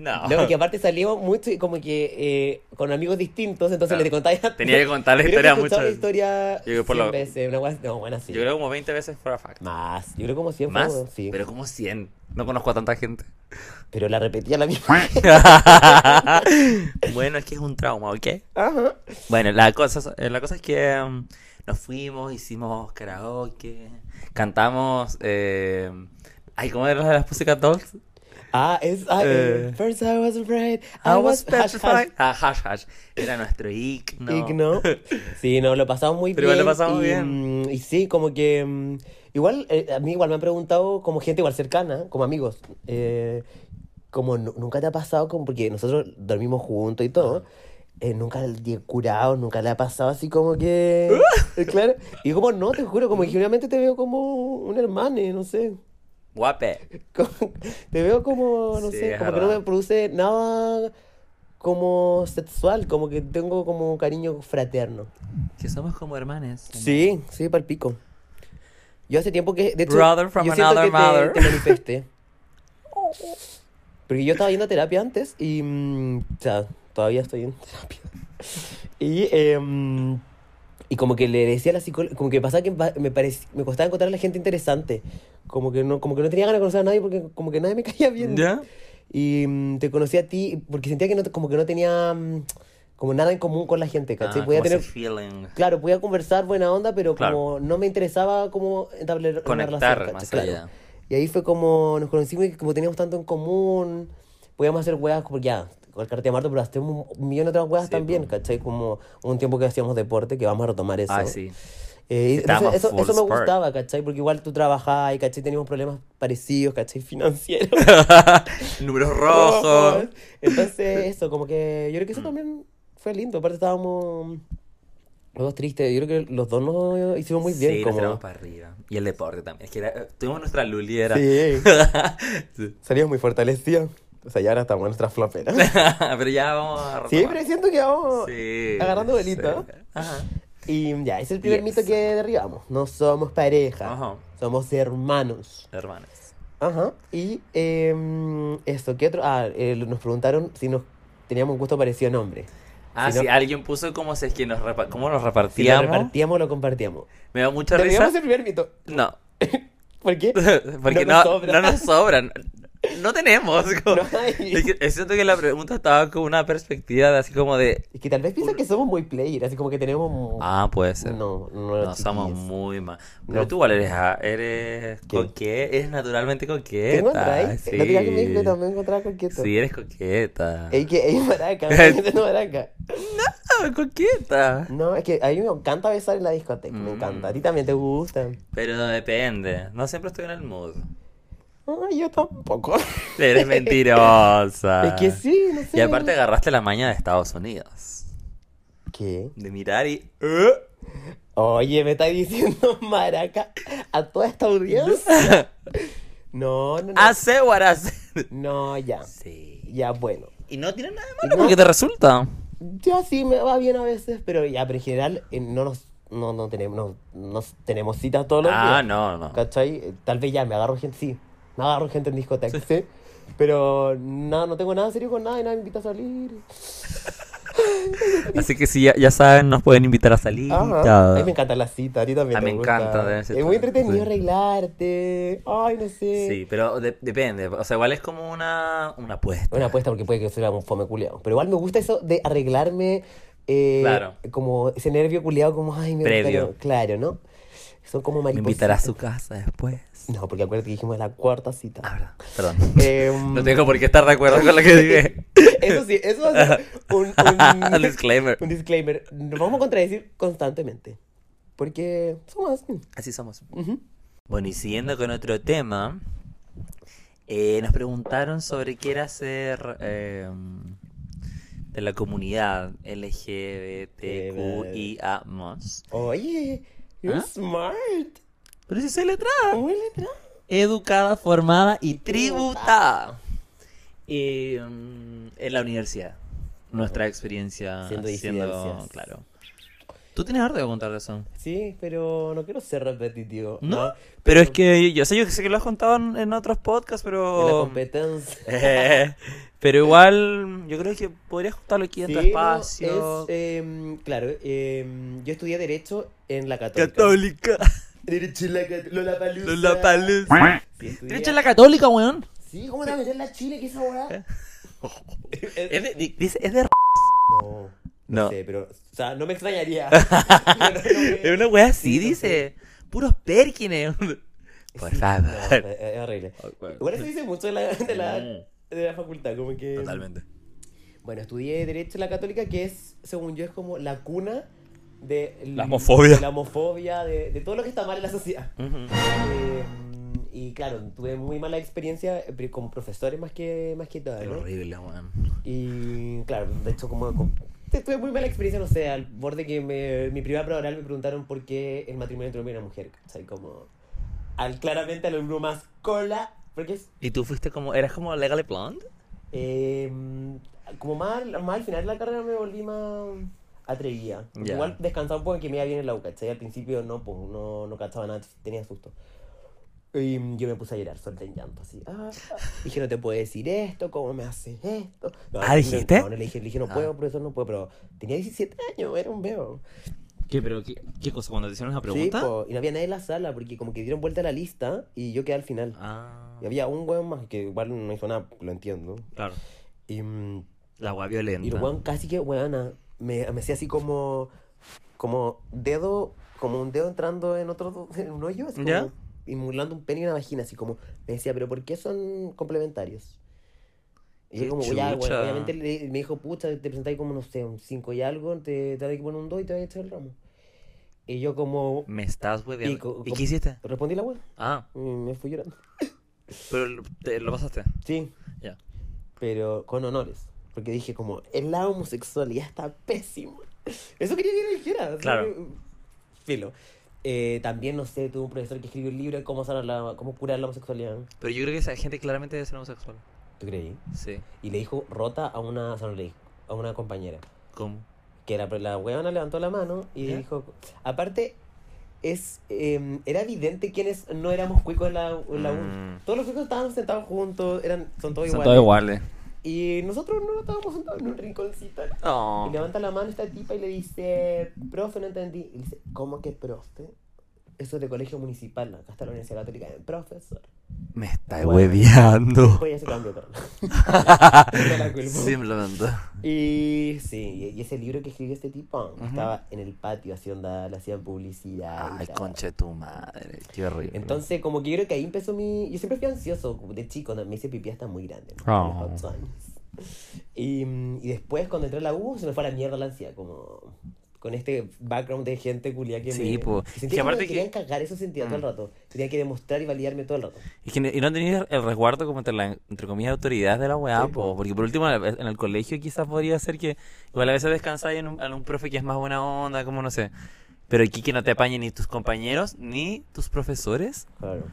no.
No,
(laughs)
que aparte salimos mucho y como que eh, con amigos distintos, entonces
Claro.
le contáis a...
Tenía que contar la
Creo
historia
he escuchado
muchas
la
veces.
historia
Yo creo que por
cien
lo-
veces, una guas- No, bueno, sí.
Yo creo como 20 veces for a fact.
Más, yo creo como siempre,
¿Más?
weón, sí.
Pero como 100. No conozco a tanta
(laughs)
gente. (laughs)
Pero la repetía la misma.
bueno, es que es un trauma, ¿ok?
Ajá.
Bueno, la cosa, eh, la cosa es que mm, nos fuimos, hicimos karaoke, cantamos. Eh, ay, ¿cómo era la de las Pussycat Dolls?
Ah, es. ah, eh,
Eh.
first I was afraid.
I was
hash, hash,
petrified. Ah, hash, hash. Era nuestro igno.
igno.
(laughs)
Sí, no, lo pasamos muy
Pero igual
bien.
lo pasamos
y,
bien.
mm, Y sí, como que. mm, Igual, eh, a mí igual me han preguntado, como gente igual cercana, como amigos, eh, como nu- nunca te ha pasado, como porque nosotros dormimos juntos y todo. eh, nunca le he curado, nunca le ha pasado así
(laughs)
como que. Eh, claro. Y como no, te juro, como que generalmente te veo como un hermano, no sé.
Guape.
(laughs) Como- te veo como, no
Sí,
sé,
es
como que
verdad.
no me produce nada como sexual, como que tengo como un cariño fraterno.
Que somos como hermanes.
Sí, sí, palpico. Yo hace tiempo que, de hecho,
Brother from
yo siento
another (laughs)
que te-
mother.
Te, manifesté. Porque yo estaba yendo a terapia antes y. mm, o sea, todavía estoy en terapia. (laughs) Y. em, y como que le decía a la psicóloga. Como que pasaba que pa- me, parec- me costaba encontrar a la gente interesante. Como que no, como que no tenía ganas de conocer a nadie porque como que nadie me (laughs) caía bien.
¿Ya?
Y mm, te conocí a ti porque sentía que no, como que no tenía mm, como nada en común con la gente, ¿cachai?
Ah,
Podía
como
tener,
ese feeling.
claro, podía conversar buena onda, pero
Claro.
como no me interesaba como entablar una
Conectar
relación,
más
¿cachai?
allá.
Y ahí fue como nos conocimos y como teníamos tanto en común, podíamos hacer weas, porque ya, con el carrete de Marto, pero hacemos un millón de otras weas
Sí,
también,
po.
¿cachai? Como un tiempo que hacíamos deporte, que vamos a retomar eso.
Ah,
(laughs)
sí.
Eh, y
Estábamos
entonces eso,
full
eso me
spurt.
gustaba, ¿cachai? Porque igual tú trabajabas, ¿cachai? Teníamos problemas parecidos, ¿cachai? (laughs) Financieros.
Números rojos.
(laughs) Entonces, eso, como que yo creo que eso también fue lindo. Aparte, estábamos los dos tristes. Yo creo que los dos nos hicimos muy bien.
Sí, nos
como...
tiramos para arriba. Y el deporte también. Es que era- eh, tuvimos nuestra Luli, era. (laughs)
Sí,
Sí.
salimos muy fortalecidos. O sea, ya ahora estamos en nuestras
(laughs)
floperas.
pero ya vamos a retomar.
Sí, pero siento que vamos
Sí,
agarrando velita.
sí. Ajá.
Y ya, ese es el primer
Yes.
mito que derribamos. No somos pareja,
Ajá.
somos hermanos.
Hermanos.
Ajá. Y em, eso, ¿qué otro? Ah, eh, nos preguntaron si nos teníamos un gusto parecido en hombre.
Ah,
Si no-
sí, alguien puso como si es que nos, repa- cómo nos
Si lo
repartíamos.
repartíamos, lo compartíamos.
Me da mucha risa.
Derribamos el primer mito.
No, (laughs)
¿Por qué?
porque
No nos
no,
sobra.
no nos sobran. No tenemos. (laughs) como-
(laughs) No hay.
Es que- es cierto que la pregunta estaba con una perspectiva de así como de.
Es que tal vez piensan que somos muy player, así como que tenemos... mu-
Ah, puede ser.
no, no,
No, somos
chiquillos.
muy mal. Pero
No.
tú igual eres, ah, eres
¿Qué?
coqueta, eres naturalmente
¿Te
coqueta.
encontráis?
Sí.
La tía que me dijo que también encontraba coqueto.
Sí, ah. eres coqueta.
Ey, que ey,
(laughs)
maraca, no maraca.
Ah, coqueta.
No, es que a mí me encanta besar en la discoteca, me
Mm.
encanta. A ti también te gusta.
Pero depende. No siempre estoy en el mood.
Ay, yo tampoco. (laughs)
Eres (laughs) mentirosa.
Es que sí, no sé.
Ah. Y aparte agarraste la maña de Estados Unidos.
¿Qué?
De mirar y... uh,
Oye, me está diciendo (laughs) maraca a toda esta audiencia. No, no, no.
(laughs) Hace what I said.
No, ya.
Sí.
Ya, bueno.
Y no tiene nada de
Y no-
malo Ah, porque te resulta.
Ya sí me va bien a veces, pero ya, pero en general eh, no nos, no, no tenemos, no, no tenemos citas todos los días.
Ah, no, no.
¿Cachai? Eh, Tal vez ya me agarro gente, sí. Me agarro gente en discoteca, sí. Pero no, no tengo nada serio con nadie, nadie me invita a salir.
Así que si ya, ya saben, nos pueden invitar a salir.
Ajá. A mí me encanta la cita, a ti también
Ah,
te
me
gusta.
encanta tener cita,
Es muy entretenido
sí.
arreglarte. Ay, no sé.
Sí, pero de- depende. O sea, igual es como una, una apuesta.
Una apuesta porque puede que sea un fome culiado. Pero igual me gusta eso de arreglarme. eh,
Claro.
Como ese nervio culiado, como ay, me
Previo.
gustaría- Claro, ¿no? Son como
Me
mariposas.
invitará a su casa después.
No, porque acuérdate que dijimos la cuarta cita.
Ah, verdad. Perdón. (laughs)
Em,
No tengo por qué estar de acuerdo con lo que
(laughs)
dije. (laughs)
Eso sí, eso es un, un,
Un disclaimer.
un disclaimer. Nos vamos a contradecir constantemente. Porque somos así.
Así somos.
Ujú.
Bueno, y siguiendo con otro tema, eh, nos preguntaron sobre qué era ser eh, de la comunidad LGBTQIA.
Oye, you're
¿Ah?
smart.
Pero si soy letrada.
Muy letra.
Educada, formada y tributada. Eh, mm, en la universidad. Nuestra experiencia
Siendo disidencias.
claro. ¿Tú tienes arte de contar de eso?
Sí, pero no quiero ser repetitivo.
No,
Ah,
pero es que yo sé, yo sé que lo has contado en, en otros podcasts,
en la
pero...
competencia.
Eh, (laughs) pero igual, yo creo que podrías contarlo aquí en tu
Sí, no,
espacio.
es, em, claro, em, yo estudié Derecho en la Católica.
Católica.
Derecho en la Católica. Lollapalooza.
Lollapalooza.
Sí, estudié-
Derecho en la Católica, weón.
Sí, ¿cómo te vas a meter la Chile? ¿Qué es ahora?
(laughs) Es de, di- dice, es de r-
No. No
No.
sé, pero. O sea, no me extrañaría. Pero no me-
(laughs) Es una wea así,
Sí, no
dice. Ah, Puros Perkines. Por favor.
No, es es horrible. Igual se dice mucho de la, de la,
Mm.
eh, de la facultad, como que.
Totalmente.
Bueno, estudié Derecho en la Católica, que es, según yo, es como la cuna de.
La homofobia.
La homofobia, de, de todo lo que está mal en la sociedad.
Ujú.
Eh, y claro, tuve muy mala experiencia eh, pri- con profesores más que, más que todo,
Es
¿no?
horrible, weón.
Y claro, de hecho, como. como- tuve muy mala experiencia, no sé, al borde que me, mi primera prueba oral me preguntaron por qué el matrimonio entre un hombre y una mujer. O sea, como. Al, claramente al alumno más cola, porque es.
¿Y tú fuiste como, eras como Legally Blonde?
eh, como más, al- más al final de la carrera me volví más atrevida. Porque
Ya.
Igual descansaba un poco en que me iba bien en la U, ¿cachai? Al principio no, pues no, no cachaba nada, tenía susto. Y mm, yo me puse a llorar, solté en llanto, así. Ah, ah. Dije, no te puedo decir esto, ¿cómo me haces esto? No,
Ah,
no,
¿dijiste?
No, no, le dije, le dije, no
Ah.
puedo, profesor, no puedo, pero tenía 17 años, era un bebo.
¿Qué, pero qué, qué cosa? ¿Cuando te hicieron esa
Sí,
pregunta?
po, y no había nadie en la sala porque como que dieron vuelta a la lista y yo quedé al final.
Ah,
Y había un weón más que igual no hizo nada, lo entiendo.
claro.
Y, mm,
La guay
y el
violenta.
weón casi que, weona, me, me hacía así como, como dedo, como un dedo entrando en otro, (laughs) do- en un hoyo, así como
¿Ya?
emulando un pene y una vagina, así como, me decía, pero ¿por qué son complementarios? Y
Qué
yo como, ya, weón,
chucha.
obviamente le- me dijo, pucha, te presentáis como, no sé, un 5 y algo, te, te vas que poner un 2 y te vas a echar el ramo. Y yo como,
Me estás
Y co-
hueveando. ¿Y
co-
qué
(laughs)
hiciste?
respondí la weón,
Ah,
y me fui llorando.
pero lo- te- lo pasaste.
Sí,
Ya.
pero con honores. Porque dije como, el lado homosexualidad está pésimo. Eso quería que lo dijera. así
Claro.
que, Filo. Eh, también, no sé, tuve un profesor que escribió un libro de cómo, sanar la, cómo curar la homosexualidad.
Pero yo creo que esa gente claramente debe ser homosexual.
¿Tú creí?
Sí.
Y le dijo rota a una, o sea, no le dijo, a una compañera.
¿Cómo?
Que la, la weona levantó la mano y
¿Ya?
dijo... Aparte, es eh, era evidente quienes no éramos cuicos en la, en Pues la U.
Mm.
Todos los cuicos estaban sentados juntos, eran, son todos
Son
iguales.
todos iguales.
Y nosotros no estábamos sentados en un rinconcito.
Oh.
Y levanta la mano esta tipa y le dice, profe, no entendí. Y le dice, ¿cómo que profe? Eso es de colegio municipal, acá está la Universidad Católica. Profesor.
Me está
Bueno.
hueveando.
Después ya se
(laughs)
cambió todo. Yo Pues, la culpo.
Simplemente.
Y sí, y- y ese libro que escribió este tipo
Ujú.
estaba en el patio, así onda, le hacían publicidad. y
Ay,
tal.
conche tu madre. Qué horrible.
Entonces, como que yo creo que ahí empezó mi. Yo siempre fui ansioso de chico, me hice pipí hasta muy grande. ¿no?
Oh.
A los ocho años. Y, mm, y después, cuando entré a la U, se me fue a la mierda la ansiedad, como. Con este background de gente culia que
Sí,
me.
po.
Sentía
Que
que
aparte
me
que-
querían cagar, eso sentía todo el
Mm.
rato. Tenía que demostrar y validarme todo el rato.
Y, que, y no han tenido el resguardo como entre, la, entre comillas autoridad de la weá,
Sí, po.
po. porque por último en el- en el colegio quizás podría ser que igual a veces descansáis en un, en un profe que es más buena onda, como no sé. Pero aquí que no te apañen ni tus compañeros ni tus profesores.
Claro.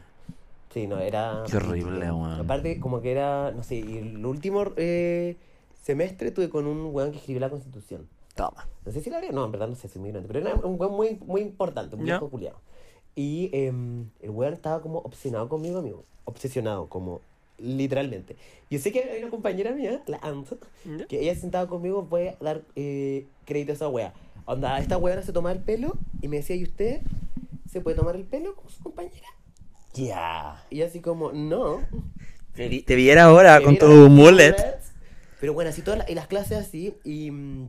Sí, no, era.
Qué horrible, weón.
Aparte, como que era. No sé, y el último eh, semestre tuve con un weón que escribió la constitución.
Toma.
No sé si la habría, no, en verdad no sé, soy muy ignorante, pero era un weón muy, muy importante, un
Ya.
viejo culiado. Y em, el weón estaba como obsesionado conmigo, amigo. Obsesionado, como literalmente. Yo sé que hay una compañera mía, la Ant, que ella sentada conmigo puede dar eh, crédito a esa wea. Onda, esta weona se tomaba el pelo y me decía, ¿y usted se puede tomar el pelo con su compañera?
Ya.
Y yo así como, no.
Te, vi- te viera ahora
Que
con
viene
tu
la-
mullet.
Pero bueno, así todas las, y las clases así. Y mm,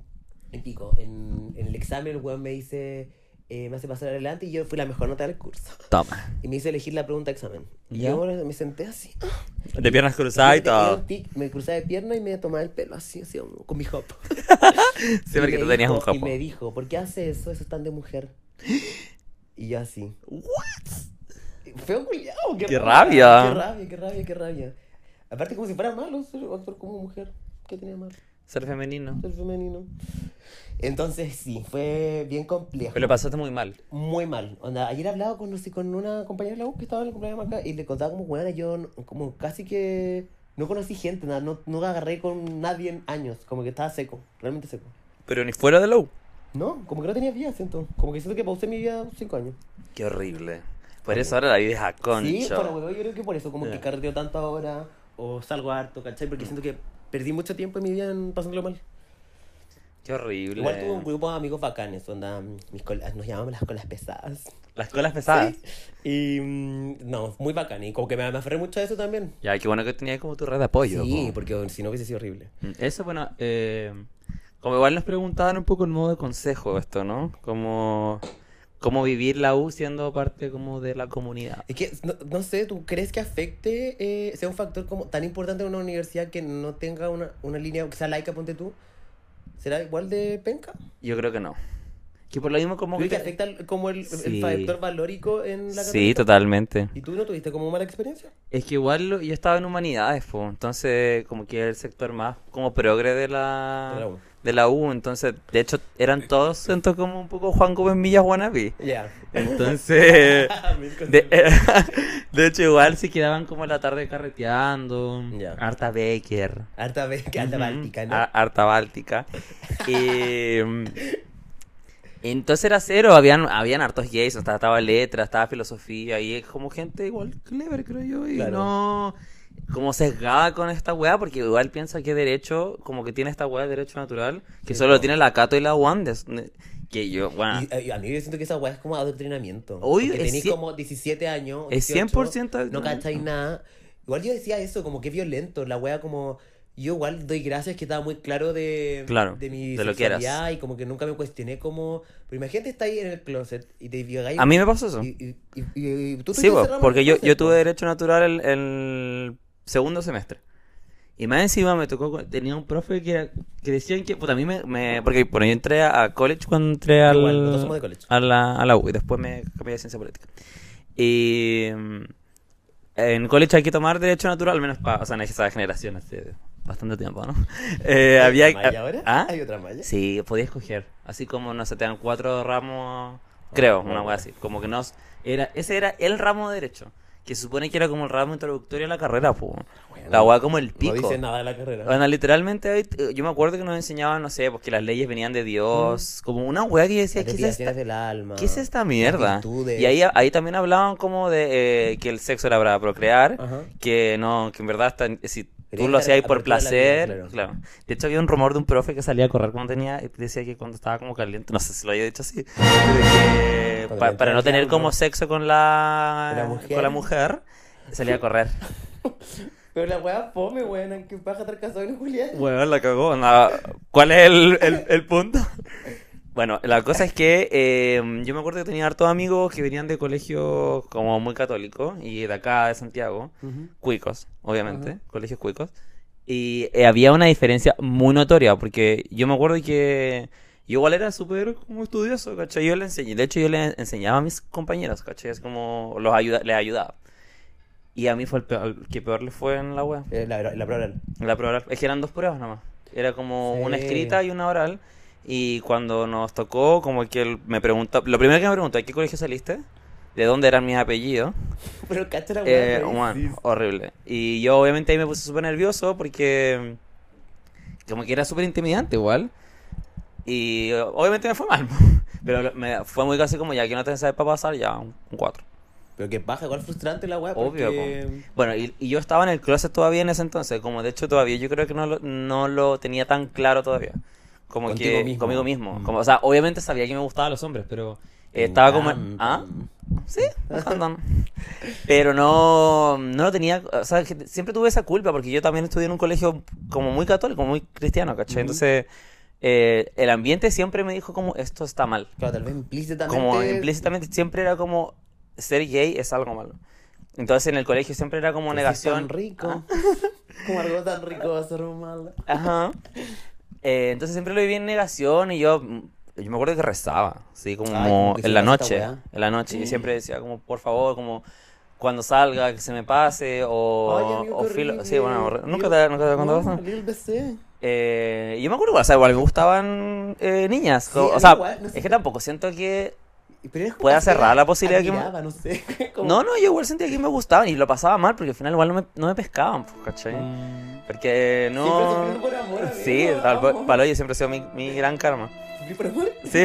el pico, en, en el examen el weón me dice, eh, me hace pasar adelante y yo fui la mejor nota del curso.
Toma.
Y me hizo elegir la pregunta de examen. Y
¿Ya?
yo bueno, me senté así. (laughs)
De piernas cruzadas y
me tenía
todo.
un tic, me cruzaba de pierna y me tomaba el pelo así, así como con mi hop.
Sí,
Y
porque
me
tú tenías un
dijo- Y
japo.
me dijo, ¿por qué hace eso? Eso es tan de mujer. (gasps) Y yo así. ¿What? Feo culiao, qué,
Qué rabia.
Qué rabia, qué rabia, qué rabia. Aparte como si fuera malo ser actor como mujer. ¿Qué tenía malo?
Ser femenino.
Ser femenino. Entonces sí, fue bien complejo.
Pero lo pasaste muy mal.
Muy mal. Onda, ayer hablaba con, no sé, con una compañera de la U que estaba en el cumpleaños acá y le contaba como, bueno, yo no- como casi que no conocí gente, nada, no, no agarré con nadie en años, como que estaba seco, realmente seco.
Pero ni fuera de la U.
No, como que no tenía vida, siento. Como que siento que pausé mi vida cinco años.
Qué horrible. Por eso ahora la vida es a concho.
Sí, para huevo, yo creo que por eso, como
Ya. Mm.
que carreteo tanto ahora, o salgo harto, ¿cachai? Porque siento que perdí mucho tiempo en mi vida en pasándolo mal.
Qué horrible.
Igual tuve un grupo de amigos bacanes, onda, mis colas, nos llamamos las colas pesadas.
Las colas pesadas.
Y mm, no, muy bacán, y como que me, me aferré mucho a eso también.
Ya, qué bueno que tenías como tu red de apoyo.
sí,
po. Mm,
porque si no hubiese sido horrible.
Eso, bueno, eh, como igual nos preguntaban un poco en modo de consejo esto, ¿no? Como cómo vivir la U siendo parte como de la comunidad.
Es que, no, no sé, ¿tú crees que afecte, eh, sea un factor como tan importante en una universidad que no tenga una, una línea, que sea laica, ponte tú? ¿Será igual de penca?
Yo creo que no. Que por lo mismo como
¿Crees que
te-
afecta el- como el, el
Sí.
factor valórico en la
Sí,
Católica?
totalmente.
¿Y tú no tuviste como mala experiencia?
Es que igual lo- yo estaba en humanidades, po, entonces como que era el sector más como progre de la,
De la U.
de la U, entonces de hecho eran todos, siento como un poco Juan Gómez Millas wannabe.
Ya. (laughs)
Entonces,
Mil cosas.
de, eh, (laughs) de hecho igual se quedaban como la tarde carreteando,
Ya.
harta Baker,
Harta vez que alta
ujú, Ah,
báltica, ¿no?
a- harta Báltica. Y, mm, Em, Entonces era cero, habían, habían hartos gays, estaba, estaba letra, estaba filosofía, y es como gente igual clever, creo yo, y
Claro.
no como sesgada con esta weá, porque igual piensa que derecho, como que tiene esta weá de derecho natural, que
Sí,
solo
no.
tiene la Cato y la Wandes, que yo, bueno,
Y, y a mí yo siento que esa weá es como adoctrinamiento.
Obvio,
porque
ah. es
tenéis
cien-
como 17 años.
es 100%
18, No
adoctrinamiento.
cacháis nada. Igual yo decía eso, como que violento. La weá como. Yo igual doy gracias que estaba muy claro de,
Claro,
de mi
de lo que eras.
sexualidad y como que nunca me cuestioné como... Pero imagínate está ahí en el closet y te llegáis...
a mí me pasó eso.
Y, y, y, y- y tú
Sí,
estuviste
po,
encerrado en el
porque yo,
closet,
yo
po.
tuve derecho natural el, el segundo semestre. Y más encima me tocó, con- tenía un profe que, era- que decían que, puta, a mí me, me- porque bueno, yo entré a, a college cuando entré al,
Igual, nosotros somos de college.
a, la, a la U y después me cambié de ciencia política. Y mm, en college hay que tomar derecho natural, al menos para, o sea, en esa generación hace bastante tiempo, ¿no? (laughs) Eh,
¿Hay
había,
otra malla ahora?
¿Ah?
¿Hay otra malla?
Sí, podías escoger. Así como, no se te dan cuatro ramos, creo,
Ah,
una
bueno.
cosa así. Como que no... Era, ese era el ramo de derecho, que se supone que era como el ramo introductorio a la carrera, po. La hueá como el
No
pico.
dice nada ¿eh? de la carrera.
Bueno, literalmente, ahí, eh, yo me acuerdo que nos enseñaban, no sé, pues que las leyes venían de Dios, como una hueá que yo decía,
Mm. Las
¿qué es esta,
desviaciones del alma.
qué es esta
las
mierda?
virtudes.
Y ahí, ahí también hablaban como de eh, que el sexo era para procrear,
Ajá.
que no, que en verdad está- si tú
Quería
lo
estar
hacías por
apertura a la vida,
placer, claro.
claro.
De hecho había un rumor de un profe que salía a correr cuando tenía, decía que cuando estaba como caliente, no sé si lo haya dicho así, pero que
Cuando
pa-
le
para no
entraba
tener
el
como
diablo.
sexo con la,
¿Con la mujer?
con la mujer, salía a (laughs) correr.
Pero la weá fome, weón, que vas a estar casado con Julián.
Bueno, la cagó. no. ¿Cuál es el, el- el punto? Bueno, la cosa es que eh, yo me acuerdo que tenía hartos amigos que venían de colegios como muy católicos y de acá de Santiago, cuicos, obviamente, colegios cuicos. Y eh, había una diferencia muy notoria, porque yo me acuerdo que yo igual era súper como estudioso, ¿cachai? Yo le enseñé, de hecho yo le enseñaba a mis compañeros, ¿cachai? Es como los ayuda, les ayudaba. Y a mí fue el, peor- el que peor le fue en la web.
Eh, la, la prueba oral.
La prueba oral. Es que eran dos pruebas nomás. Era como
Sí.
una escrita y una oral. Y cuando nos tocó, como que él me preguntó. Lo primero que me preguntó, ¿de qué colegio saliste? ¿De dónde eran mis apellidos?
(laughs) Pero cacha la
Eh,
weá. que
bueno,
dices.
horrible. Y yo, obviamente, ahí me puse súper nervioso porque. Como que era súper intimidante, igual. Y eh, obviamente me fue mal. (laughs) Pero lo- me fue muy casi como ya que no te sabes para pasar, ya un 4.
Pero que baja, igual frustrante la weá.
Obvio,
Porque...
Bueno, y, y yo estaba en el closet todavía en ese entonces, como de hecho todavía yo creo que no lo, no lo tenía tan claro todavía. Como
Contigo
que
mismo.
conmigo mismo.
Mm.
Como, o sea, obviamente sabía que me gustaban los hombres, pero eh, estaba como... en- ¿Ah? Sí, andan. Pero no, no lo tenía, o sea, que siempre tuve esa culpa porque yo también estudié en un colegio como muy católico, muy cristiano, ¿cachai?
Ujú.
Entonces, eh, el ambiente siempre me dijo como esto está mal.
Claro, tal vez implícitamente.
Como implícitamente siempre era como ser gay es algo malo. Entonces en el colegio siempre era como
Como
negación. Ah.
tan rico. (laughs) Como algo tan rico va a ser mal.
Ajá. Eh, entonces siempre lo viví en negación y yo, yo me acuerdo que rezaba, sí, como
Ay, como que
en la
hicieras esta
noche,
weá.
en la noche y siempre decía como por favor, como cuando salga que se me pase
Ay,
o,
amigo,
o
qué
filo-
horrible.
sí, bueno, re- nunca
Lil-
te nunca te he contado
No,
eso.
Lil BC.
Eh, y yo me acuerdo, o sea, igual me gustaban eh, niñas,
Sí,
o-
a
o
mí
sea,
igual, no sé
es que
qué-
tampoco siento que
Pero es como
Puede
que
cerrar
era-
la posibilidad que-
admiraba, no sé. (laughs) como-
No, no, yo igual sentía que me gustaban y lo pasaba mal porque al final igual no me, no me pescaban, pues, ¿cachai?
Mm.
Porque
Siempre
no...
sufriendo por amor, amigo,
(laughs) Sí, tal-
vamos.
para hoy siempre ha sido mi, mi gran karma.
Sufrí por amor.
Sí.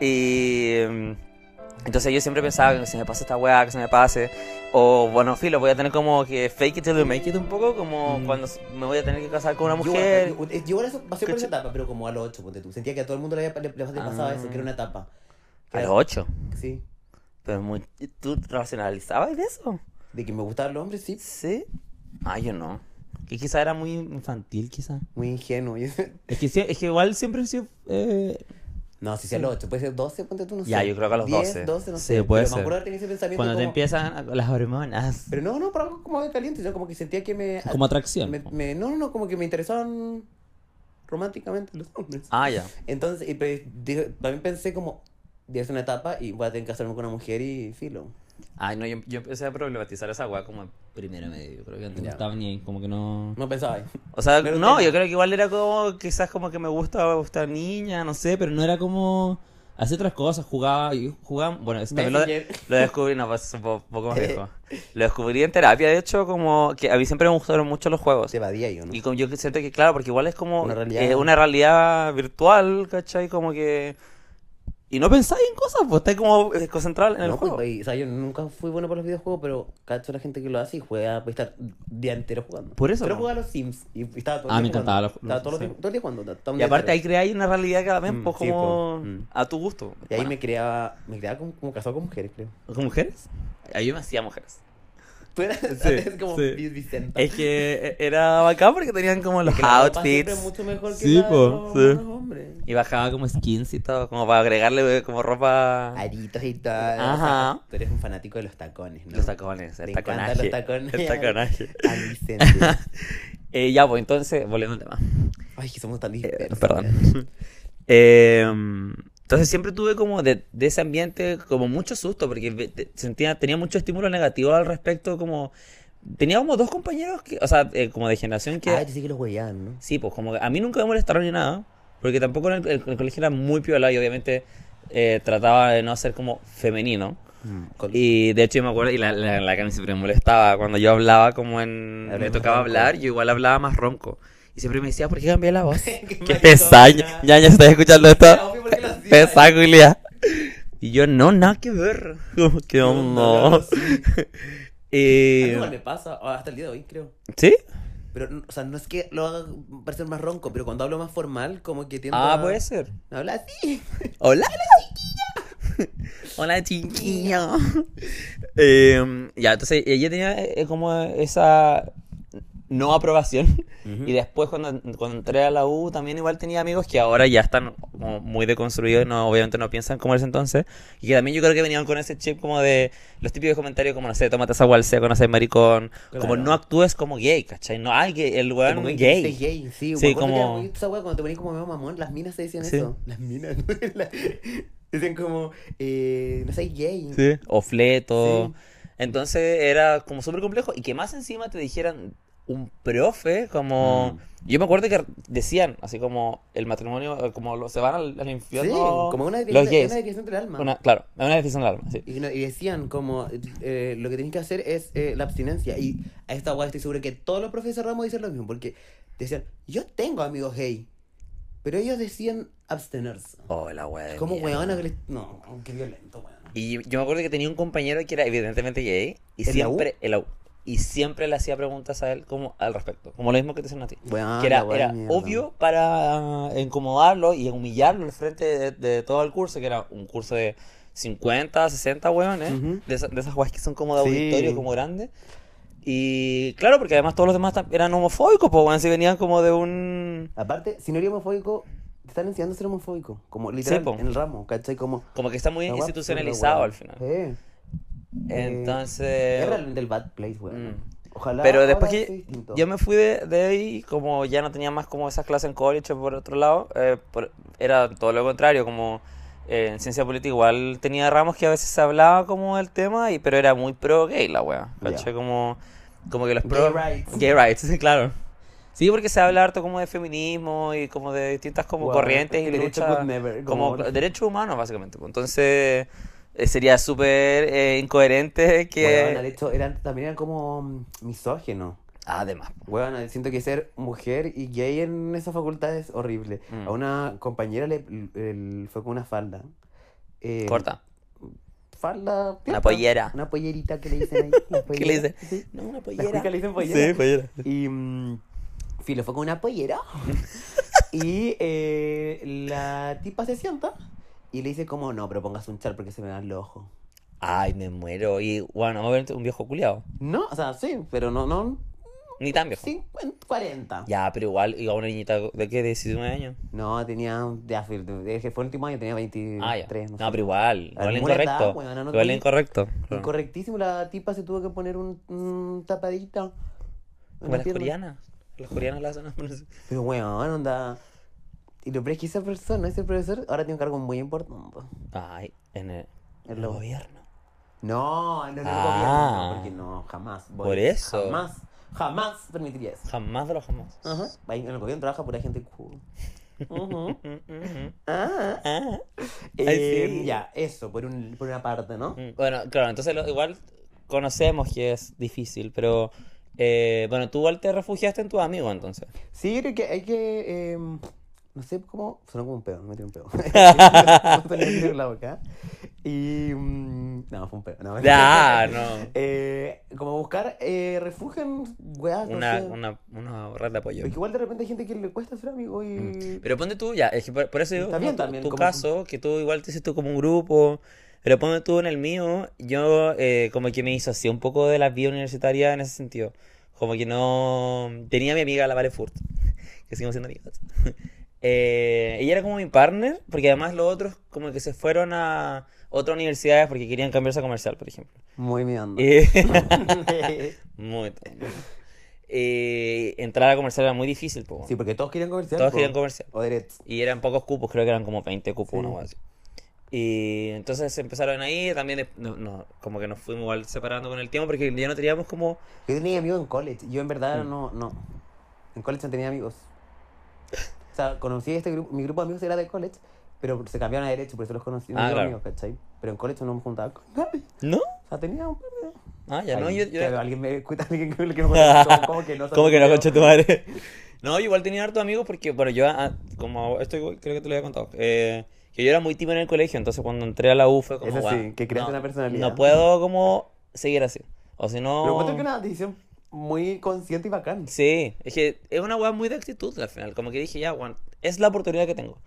Y... mm, Entonces yo siempre pensaba que se me pase esta weá, que se me pase. O bueno, filo, voy a tener como que fake it till you make it un poco, como
Mm.
cuando me voy a tener que casar con una
Yo,
mujer.
yo- yo igual eso pasé por
Cacha-
esa etapa, pero como a los 8, ponte tú. Sentía que a todo el mundo le, había- le- le pasaba
Ah.
eso, que era una etapa. Que
A
era-
los ocho.
Sí.
Pero muy... ¿Tú racionalizabas de eso?
De que me gustaban los hombres, sí.
Sí. Ah, yo no. Que quizá era muy infantil, quizá.
Muy ingenuo. (laughs) y-
Es que, sie- es que igual siempre he sido... eh,
No, si sea a los 8, puede ser 12, ponte tú, no sé.
Ya, yo creo que a los 12.
10, 12, no
Sí,
sé.
puede
pero
ser.
me acuerdo de tener ese pensamiento
cuando te
como-
empiezan a- las hormonas.
Pero no, no, por algo como de caliente, yo como que sentía que me...
Como atracción.
me, me- No, no, no, como que me interesaban románticamente los hombres.
Ah, ya.
Entonces, y pe- dije- también pensé como, ya es una etapa y voy a tener que casarme con una mujer y filo.
Ay, no, yo, yo empecé a problematizar esa weá como en primera medio. Yo creo que antes no
Ya.
estaba ni ahí, como que no.
No
(laughs)
pensaba ahí.
O sea,
No era
no,
un tema.
yo creo que igual era como, quizás como que me gustaba gustar niña, no sé, pero no era como. Hacía otras cosas, jugaba, y jugaba. Bueno, eso también lo,
Messenger.
lo descubrí, no, pues, un po- poco más
(laughs)
viejo. Lo descubrí en terapia, de hecho, como que a mí siempre me gustaron mucho los juegos.
Se evadía yo, ¿no?
Y como yo siento que, claro, porque igual es como eh,
Una
una
realidad.
realidad, virtual, ¿cachai? Como que Y no pensáis en cosas, pues estáis como eh, concentrados en el
No,
juego.
pues, y, o sea, yo nunca fui bueno para los videojuegos, pero cacho a la gente que lo hace y juega, puede estar día entero jugando.
Por eso,
Pero
¿no?
jugaba a los Sims y y estaba todo el
Ah,
día
me encantaban
jugando.
los-
Estaba todo,
los-
el
sí.
día- todo el día jugando. estaba un
Y
día
aparte ahí
entero.
creáis una realidad cada vez
Mm,
pues,
sí,
como
pues, mm.
a tu gusto.
Y ahí
Bueno,
me creaba, me creaba como, como casado con mujeres, creo. (laughs)
¿Con mujeres? Ahí yo me hacía mujeres.
Tú eras
Sí,
como
sí.
Vic- Vicenta.
Es que e-, era bacán porque tenían como los
Que la ropa siempre es
outfits.
mucho mejor que
Sí,
la de
po,
los-
sí.
los hombres.
Y bajaba como skins y todo, como para agregarle eh, como ropa.
Aritos y todo.
Ajá.
Tú eres un fanático de los tacones, ¿no?
Los tacones,
Te
el
encantan
taconaje.
los (laughs) tacones.
El taconaje.
A (laughs) Vicente.
Eh, ya, pues entonces, volviendo al tema.
Ay, que somos tan
Eh,
dispersos.
perdón. (laughs) Eh, entonces siempre tuve como de, de ese ambiente como mucho susto porque ve- te- sentía, tenía mucho estímulo negativo al respecto como... Tenía como dos compañeros, que, o sea, eh, como de generación que...
Ah, yo sí que los huellaban, ¿no?
Sí, pues como que a mí nunca me molestaron ni nada, porque tampoco en el, el- el colegio era muy piola y obviamente eh, trataba de no ser como femenino.
(laughs) Con-
Y de hecho yo me acuerdo, y la, la, la que a mí siempre me molestaba, cuando yo hablaba como en...
Hablas
me
más
tocaba
ronco.
hablar, yo igual hablaba más ronco. Y siempre me decía, ¿por qué cambié la voz? ¡Qué
maricona.
pesaña! Ya, ya estás escuchando
Era
esto.
obvio porque lo hacía.
Pesa, Julia. Y yo, no, nada que ver. (laughs) Como que
No, no,
no.
no,
(laughs)
sí. A mí
Eh,
igual me pasa, ah, hasta el día de hoy, creo.
¿Sí?
Pero, n- o sea, no es que lo haga parecer más ronco, pero cuando hablo más formal, como que tiendo
Ah,
a-
puede ser.
a hablar así. (laughs)
Hola, hola, chiquilla. Hola, chiquillo. (laughs) Em, ya, entonces ella tenía eh, eh, como esa no aprobación. Y después cuando, cuando entré a la U también igual tenía amigos que ahora ya están como muy deconstruidos, no, obviamente no piensan como en ese entonces. Y que también yo creo que venían con ese chip como de los típicos comentarios como, no sé, tómate esa gual seco, no sé, maricón. Como
Claro.
no actúes como gay, ¿cachai? No, ay, que el weón
(laughs) Como que
gay.
dices gay,
Sí,
sí, me acuerdo que era
como-
muy esa wea cuando te ponías como medio mamón, las minas se decían
Sí.
eso. Las minas, ¿no? (laughs) La- Dicen como, eh, no soy gay.
Sí. o fleto. Entonces era como súper complejo y que más encima te dijeran un profe, como...
Mm.
Yo me acuerdo que decían, así como el matrimonio, eh, como lo- se van al, al
Sí,
infierno
como una
los
desviación,
gays.
una desviación del alma.
Una- claro, una definición del alma, sí.
Y, no- y decían como, eh, lo que tenés que hacer es eh, la abstinencia. Y a esta guay estoy seguro que todos los profesores Ramos dicen lo mismo, porque decían, yo tengo amigos gay, pero ellos decían abstenerse.
Oh, la wea de
Como
mierda.
weona que le... No, qué violento, weón.
Y yo me acuerdo que tenía un compañero que era evidentemente gay y
¿En la U?
siempre... en la U, y siempre le hacía preguntas a él como al respecto, como lo mismo que te hacen a ti.
Weón,
que era,
Ah, la weá de
era
mierda.
obvio para ah, incomodarlo y humillarlo al frente de, de todo el curso, que era un curso de 50, 60 hueones,
Ujú.
de, esa- de esas guays que son como de
Sí.
auditorio, como grandes. Y claro, porque además todos los demás tam- eran homofóbicos, pues, weón, si venían como de un...
Aparte, si no eres homofóbico, te están enseñando a ser homofóbico. Como literal,
Sí, po.
en el ramo, ¿cachai? Como...
Como que está muy
la weá
institucionalizado al
absurda,
final.
weón. Sí.
Entonces...
Es realmente el bad place, weón.
Mm.
Ojalá
Pero
ahora
después
sea
que
distinto.
yo me fui de, de ahí, como ya no tenía más como esas clases en college por otro lado, eh, por- era todo lo contrario, como eh, en ciencia política igual tenía ramos que a veces se hablaba como del tema, y, pero era muy pro gay la wea,
Ya.
¿cachai? Como, como que los
Gay
pro...
rights.
Gay rights, (laughs) sí, claro. Sí, porque se habla harto como de feminismo y como de distintas como
Wow,
corrientes y
derechos
luchas
would never,
como
como-
derechos humanos básicamente. pues. Entonces eh, sería súper eh, incoherente
Weón, al
que...
hecho, eran, también eran como mm, misógenos.
Además.
Bueno, siento que ser mujer y gay en esa facultad es horrible.
Mm.
A una compañera le, el- fue con una falda. Eh,
Corta.
Falda.
Una pollera.
Una pollerita que le dicen ahí.
(laughs) ¿Qué le
una pollera,
dice?
sí.
No, una
Las cuicas le dicen pollera.
Sí, pollera.
Y mm, Filo fue con
(laughs)
una pollera. y eh, la tipa se sienta y le dice como, no, pero pongas un chal porque se me dan los ojos.
Ay, me muero. Y bueno, obviamente un viejo culiado.
No, o sea, sí, pero no, no,
Ni tan viejo.
50, 40.
Ya, pero igual, iba una niñita de qué, de 19 años.
No, tenía, ya, fue fue el último año, tenía 23,
Ah, ya.
no
no,
sé.
pero igual,
A
igual
ninguna edad,
incorrecto.
weona, no
igual
tenía-
incorrecto. Claro.
Incorrectísimo, la tipa se tuvo que poner un, un tapadito.
Como las coreanas. Las coreanas las hacen. no sé.
Pero weón, onda. Y lo peor es que esa persona, ese profesor, ahora tiene un cargo muy importante.
Ay, en el,
En
el
lo-
gobierno.
No, no, no,
Ah.
gobierno, no, porque no, jamás. voy-
Por eso.
Jamás, jamás permitiría eso.
Jamás de los jamás.
Ajá. Ahí En el gobierno trabaja pura gente
(laughs)
cool. Ujú.
Mm, mm, mm.
Ah.
Ah.
Eh,
sí.
Ya, eso, por, un, por una parte, ¿no?
Mm, Bueno, claro, entonces lo- igual conocemos que es difícil, pero
(laughs)
eh, bueno, tú igual te refugiaste en tus amigos entonces.
Sí, yo creo que hay que. eh, No sé cómo. Sonó como un pedo, me
(laughs)
metí un pedo. (laughs) en la boca. Y. mm, no, fue un pedo. No,
Ya, no.
Eh, como buscar eh, refugio en weas, no
Una,
sé.
una, una red de apoyo.
Porque igual de repente hay gente que le cuesta ser amigo y.
Mm, Pero ponte tú, ya, es que por, por eso digo,
Está
como
bien
tu,
también,
tu
como-
caso, que tú igual te hiciste como un grupo, pero ponte tú en el mío, yo eh, como que me disocié un poco de la vida universitaria en ese sentido. Como que no... Tenía a mi amiga la Vale Furt, (laughs) que seguimos siendo amigas. (laughs) Eh, ella era como mi partner, porque además los otros como que se fueron a otras universidades porque querían cambiarse a comercial, por ejemplo.
Muy
(laughs)
mi onda. (laughs)
Eh,
sí,
muy tonto. Eh, entrar a comercial era muy difícil, po, weón.
porque todos querían comercial.
Todos
po.
querían comercial.
O Derets.
Y eran pocos cupos, creo que eran como 20 cupos,
Sí.
una cosa así. Y entonces empezaron ahí, también de- no, no, como que nos fuimos igual separando con el tiempo porque ya no teníamos como...
Yo tenía amigos en college. Yo en
Mm.
verdad no, no. En college no tenía amigos. O sea, conocí este grupo. Mi grupo de amigos era de college, pero se cambiaron a derecho, por eso los conocí.
Ah,
mis
claro.
amigos, ¿cachai? Pero en college no me juntaba con nadie.
¿No?
O sea, tenía un par de.
Ah, ya no,
Ay,
yo... yo-
que Alguien
(laughs)
me cuenta alguien que que no conoce. como- Como que no son
¿Cómo que no,
amigos.
concha tu madre? (laughs) No, yo igual tenía harto amigos porque, bueno, yo, ah, como esto igual creo que te lo había contado, eh, que yo era muy tímido en el colegio, entonces cuando entré a la U fue como,
Eso sí,
"Guau,
que creaste
no,
una personalidad".
No puedo como seguir así, o si
Pero
no...
encuentro que una decisión muy consciente y bacán.
Sí, es que es una weá muy de actitud al final. Como que dije, ya, weón, es la oportunidad que tengo.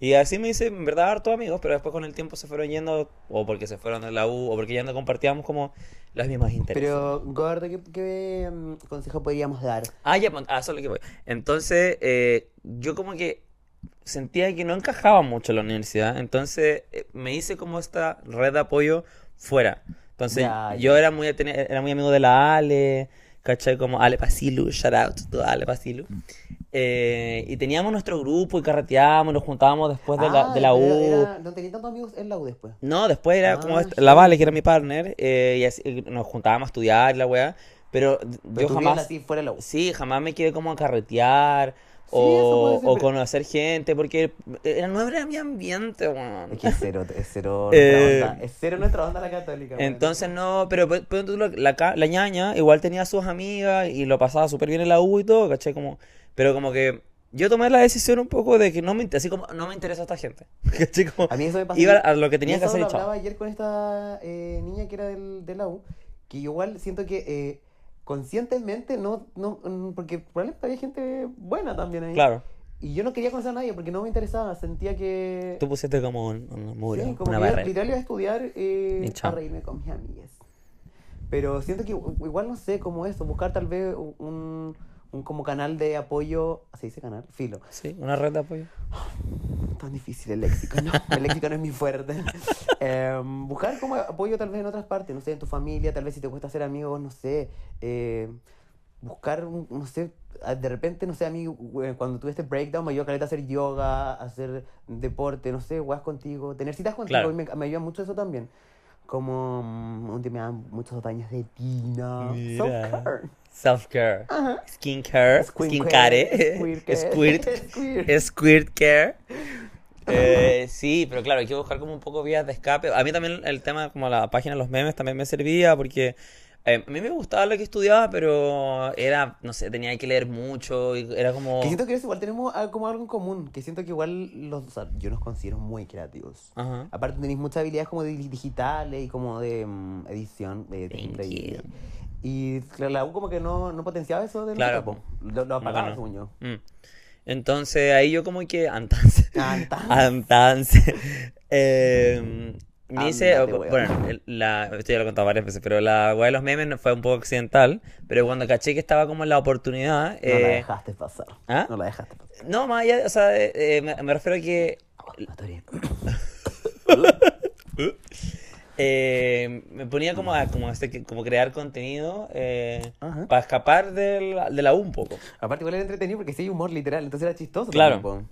Y así me hice, en verdad, hartos amigos, pero después con el tiempo se fueron yendo, o porque se fueron de la U, o porque ya no compartíamos como las mismas intereses.
Pero, Gordo, ¿qué, qué, mm, consejo podríamos dar?
Ah, ya, pon- ah, eso es lo que voy. Entonces, eh, yo como que sentía que no encajaba mucho en la universidad, entonces eh, me hice como esta red de apoyo fuera. Entonces,
Ya,
yo era muy, tenía- era muy amigo de la Ale, ¿cachai? Como Ale Pasilu, shout out to Ale Pasilu.
Mm.
Eh, y teníamos nuestro grupo y carreteábamos, nos juntábamos después de la,
Ah,
de la
era-
U.
era- no tenía tantos amigos en la U después.
No, después era como
Ah,
esta- la Vale, que era mi partner, eh, y así, eh, nos juntábamos a estudiar, la weá, pero d-
Pero
yo
tú
jamás...
vivías así fuera de la U.
Sí, jamás me quedé como a carretear
eso puede
o,
ser,
o
pero-
conocer gente, porque era- no era mi ambiente, weón.
Es que es cero, es
(laughs)
cero
Eh,
nuestra onda. Es cero nuestra onda la católica. weón.
Entonces no, pero, pe- pero tú la, la ca- la ñaña igual tenía sus amigas y lo pasaba súper bien en la U y todo, ¿cachai? Como, pero como que yo tomé la decisión un poco de que no me, inter- así como, no me interesa esta gente, (laughs) ¿cachai? Como,
A mí eso me pasa.
iba a lo que tenía
Y
que
eso
hacer y
lo
chao.
hablaba ayer con esta eh, niña que era del, de la U, que igual siento que eh, conscientemente no, no, mm, porque probablemente había gente buena también ahí.
Claro,
Y yo no quería conocer a nadie porque no me interesaba, sentía que...
tú pusiste como un, un muro,
Sí, como
una
que yo
barrera.
literal iba a estudiar eh,
Y
a
chao.
reírme con mis amigas. Pero siento que u- igual no sé cómo eso, buscar tal vez u- un, un como canal de apoyo, ¿se dice canal? Filo.
Sí, una red de apoyo.
Tan difícil el léxico,
(laughs)
¿no? El léxico no es mi fuerte. Em, buscar como apoyo tal vez en otras partes, no sé, en tu familia, tal vez si te cuesta ser amigos, no sé. eh, buscar, un- no sé, a- de repente, no sé, a mí we- cuando tuve este breakdown me ayudó caleta a hacer yoga, a hacer deporte, no sé, weas contigo, tener citas contigo,
Claro.
y me, me ayuda mucho eso también. Como mm, un día me dan muchos daños de tina. So
Mira.
current.
Self-care,
Ajá.
skincare, skincare, squirt,
(laughs) Squirt.
Squirt
(laughs)
Care. Eh, sí, pero claro, hay que buscar como un poco vías de escape. A mí también el tema, como la página de los memes, también me servía porque eh, a mí me gustaba lo que estudiaba, pero era, no sé, tenía que leer mucho y era como...
Que siento que eso igual tenemos ah, como algo en común. Que siento que igual los, o sea, yo nos considero muy creativos.
Ajá.
Aparte tenéis muchas habilidades como di- digitales y como de mm, edición. De, de-
Thank
de-
you.
Y la- la U como que no, no potenciaba eso de
Claro,
nosotros, po. Lo, lo apagaba,
Bacano.
según yo.
Mm. Entonces ahí yo como que... (laughs) Entonces...
Ah,
(laughs)
está.
Entonces... eh, me hice...
Ándate, weón.
Bueno, el- la, esto ya lo he contado varias veces, pero la weá de los memes no- fue un poco accidental. Pero cuando caché que estaba como la oportunidad...
No la
eh,
dejaste pasar.
¿Ah?
No la dejaste pasar.
No, más allá, o sea, eh, eh, me, me refiero a que
No, está bien.
eh, me ponía como a como este, que- como crear contenido eh,
Ajá.
para escapar de la, de la U un poco.
Aparte igual era entretenido porque sí hay humor literal, entonces era chistoso.
Claro.
también, po.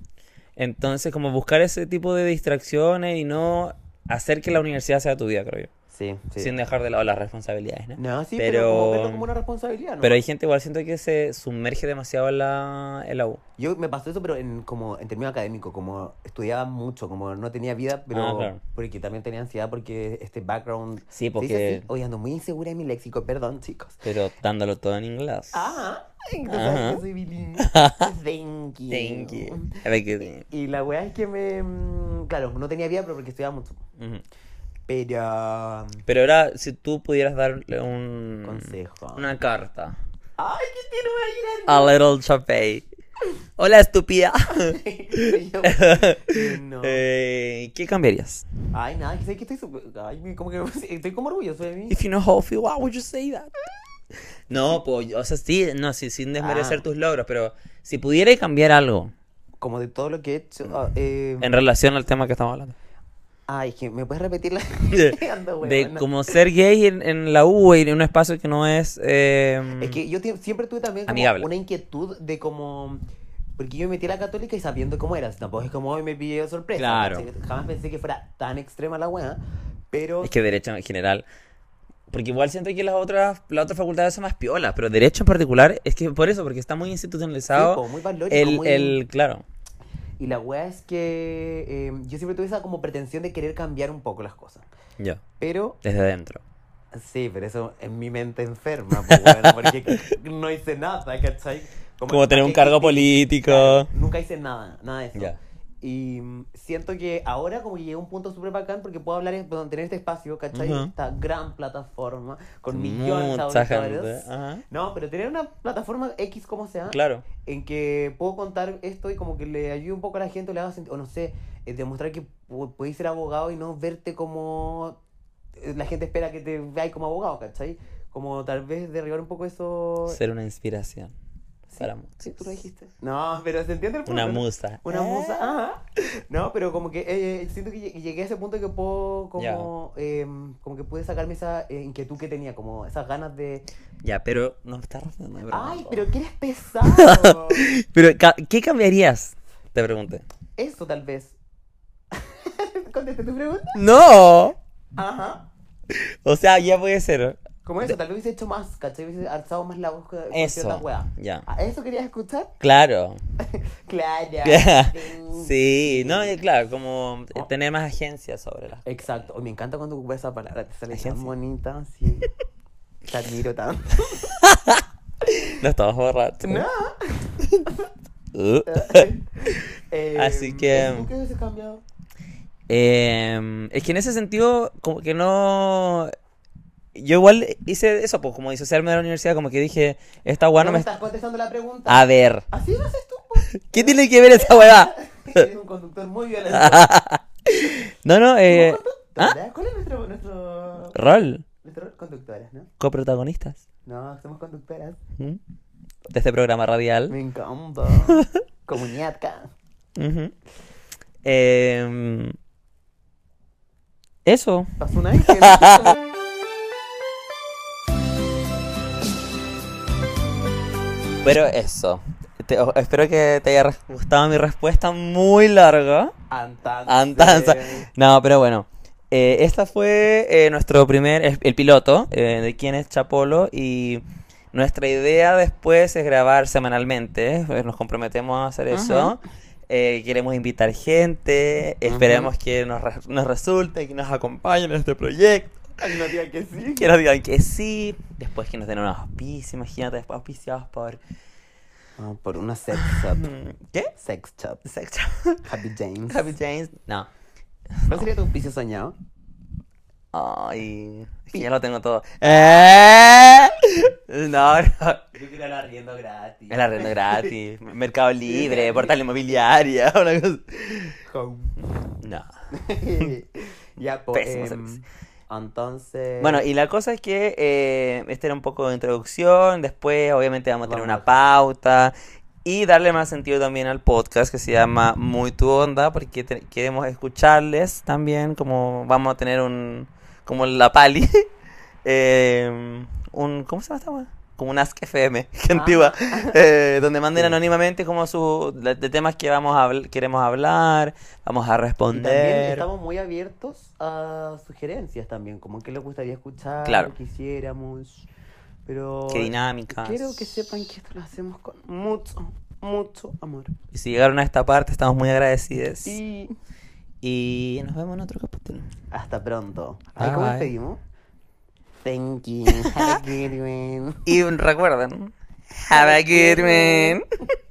Entonces, como buscar ese tipo de distracciones y no hacer que la universidad sea tu vida, creo yo.
Sí, sí.
sin dejar de lado las responsabilidades, ¿no?
No, sí, pero,
Pero-
como verlo como una responsabilidad, ¿no?
Pero hay gente igual siento que se sumerge demasiado en la, en la U.
Yo me pasó eso, pero en, como, en términos académicos, como estudiaba mucho, como no tenía vida, pero
Ah, claro.
porque también tenía ansiedad porque este background...
Sí,
¿se dice
porque-
así? Oye, ando muy insegura en mi léxico, perdón, chicos.
Pero dándolo todo en inglés.
Ah, entonces
Ajá.
yo soy bilingüe.
(laughs)
Thank you.
Thank you. A ver qué-
Y la weá es que me... mm, Claro, no tenía vida, pero porque estudiaba mucho.
Ujú.
Pero... mm,
Pero ahora, si tú pudieras darle un...
Consejo.
Una carta.
¡Ay, qué tiene
(laughs)
más grande! (laughs)
A little chapey. Hola, (laughs) estúpida.
Y yo, no.
(laughs) Eh, ¿Qué cambiarías?
Ay, nada, que sé que estoy súper- Ay, como que (laughs) estoy como orgulloso de mí.
If you know how I feel, why would you say that? No, pues, o sea, sí, no, sí, sin desmerecer
Ah.
tus logros, pero si pudiera cambiar algo
Como de todo lo que he hecho. ah, eh,
Mm. en relación al tema que estamos hablando.
Ay, que me puedes repetir la. (laughs) Ando,
(laughs) De
huevona.
como ser gay en, en la U y en un espacio que no es... eh,
Es que yo tie- siempre tuve también como
Amigable.
una inquietud de como. Porque yo me metí a la católica y sabiendo cómo eras. Tampoco es como hoy me pillé de sorpresa.
Claro.
¿cachai? Jamás pensé que fuera tan extrema la weá. Pero.
Es que derecho en general. Porque igual siento que las otras, las otras facultades son más piolas, pero derecho en particular es que por eso, porque está muy institucionalizado.
Sí, po, muy valórico,
el,
muy-
el, claro.
Y la weá es que. eh, yo siempre tuve esa como pretensión de querer cambiar un poco las cosas.
Yo,
Pero.
desde dentro.
Sí, pero eso en mi mente enferma, pues,
(laughs)
weón, porque no hice nada, ¿cachai?
Como tener un
¿para qué
cargo político.
Nunca hice nada, nada de eso.
Ya.
Y mm, siento que ahora como que llegué a un punto súper bacán porque puedo hablar, en, perdón, tener este espacio, ¿cachai?
Ujú.
Esta gran plataforma con millones de
Mucha gente, ah.
auditores.
ajá.
No, pero tener una plataforma X como sea,
Claro.
en que puedo contar esto y como que le ayude un poco a la gente, o le haga sentir, o no sé, eh, demostrar que pu- podéis ser abogado y no verte como eh, la gente espera que te veáis como abogado, ¿cachai? Como tal vez derribar un poco eso...
Ser una inspiración
Sí,
para muchos.
sí, tú lo dijiste. No, pero se entiende el punto.
Una
¿no?
musa.
Una
Eh,
musa, ajá. No, pero como que eh, siento que lle- llegué a ese punto que puedo, como, em, como que pude sacarme esa eh, inquietud que tenía, como esas ganas de...
Ya, pero no me estás respondiendo. de broma,
¡Ay,
po.
pero
(laughs)
que eres pesado!
Pero, ca- ¿qué cambiarías? Te pregunté.
Eso tal vez. (laughs) Contesté tu pregunta.
¡No!
Ajá.
O sea, ya puede ser.
Como eso, tal vez hubiese hecho más, ¿cachai? Hubiese alzado más la voz con con
Eso,
cierta wea.
ya.
¿A eso querías escuchar?
Claro.
Claro. sí.
(laughs) Sí, no, y claro, como eh, tener más agencia sobre las
Exacto. Oye, Me encanta cuando ocupas esa palabra. Te sale tan
Agencia.
bonita, sí.
(laughs)
Te admiro tanto.
No estamos borrachos. (laughs)
No. (laughs)
Uh.
Eh,
Así que-
¿eso ¿Qué hubiese cambiado?
Eh, es que en ese sentido, como que no. Yo igual hice eso, pues, como disociarme de la universidad, como que dije, esta weá
no
no
me Ah.
me.
estás contestando la pregunta.
A ver,
Así lo (laughs) haces tú, pues.
¿qué tiene que ver esa weá?
Eres un conductor muy (laughs) violento.
No, no, eh.
Somos
¿ah?
conductoras. ¿Cuál es nuestro, nuestro,
Rol,
nuestro conductoras, no?
coprotagonistas
No, somos conductoras.
¿Mm? de este programa radial.
Me encanta. (laughs) Comunidad acá.
Ujú. Eh, eso.
Pasó un (laughs) ángel.
Pero eso. Te- o- espero que te haya res- gustado mi respuesta muy larga.
Antanza.
Andanza. No, pero bueno. Eh, esta fue eh, nuestro primer, el, el piloto eh, de quién es Chapolo y nuestra idea después es grabar semanalmente. eh, Nos comprometemos a hacer eso. Eh, queremos invitar gente, esperemos que nos, re- nos resulte, que nos acompañen en este proyecto.
Ay, no diga que sí.
Que nos digan que sí, después que nos den unos auspicios, imagínate, después auspiciados por... mm,
Ah, por una sex (laughs) shop.
¿Qué?
Sex shop.
Exacto.
Happy James.
(laughs) Happy James. No.
¿No sería tu piso soñado?
Ay, es que ya lo tengo todo. ¿Eh? No, no.
Yo quiero la riendo gratis.
El arriendo gratis, Mercado Libre, Portal Inmobiliaria, (laughs) una cosa. No.
(laughs) ya, pues.
Pésimo servicio.
entonces.
Bueno, y la cosa es que eh, este era un poco de introducción, después obviamente vamos a tener
Vamos.
una pauta y darle más sentido también al podcast que se llama Muy Tu Onda, porque te- queremos escucharles también, como vamos a (laughs) tener un, como la pali, eh, un, ¿cómo se llama esta? weá? como un Ask FM, (laughs)
Ah.
que
(laughs)
antigua, eh, donde manden anónimamente como su, de, de temas que vamos a, habl- queremos hablar, vamos a
Y también
responder.
estamos muy abiertos a sugerencias también, como que les gustaría escuchar,
Claro.
qué quisiéramos. Pero
Qué dinámicas.
quiero que sepan que esto lo hacemos con mucho, mucho amor.
Y si llegaron a esta parte, estamos muy agradecidos. Y,
Y
nos vemos en otro capítulo.
hasta pronto.
Bye,
Ay, ¿Cómo
bye.
despedimos? Thank (laughs) you. Have a good one.
Y recuerden, have a good one.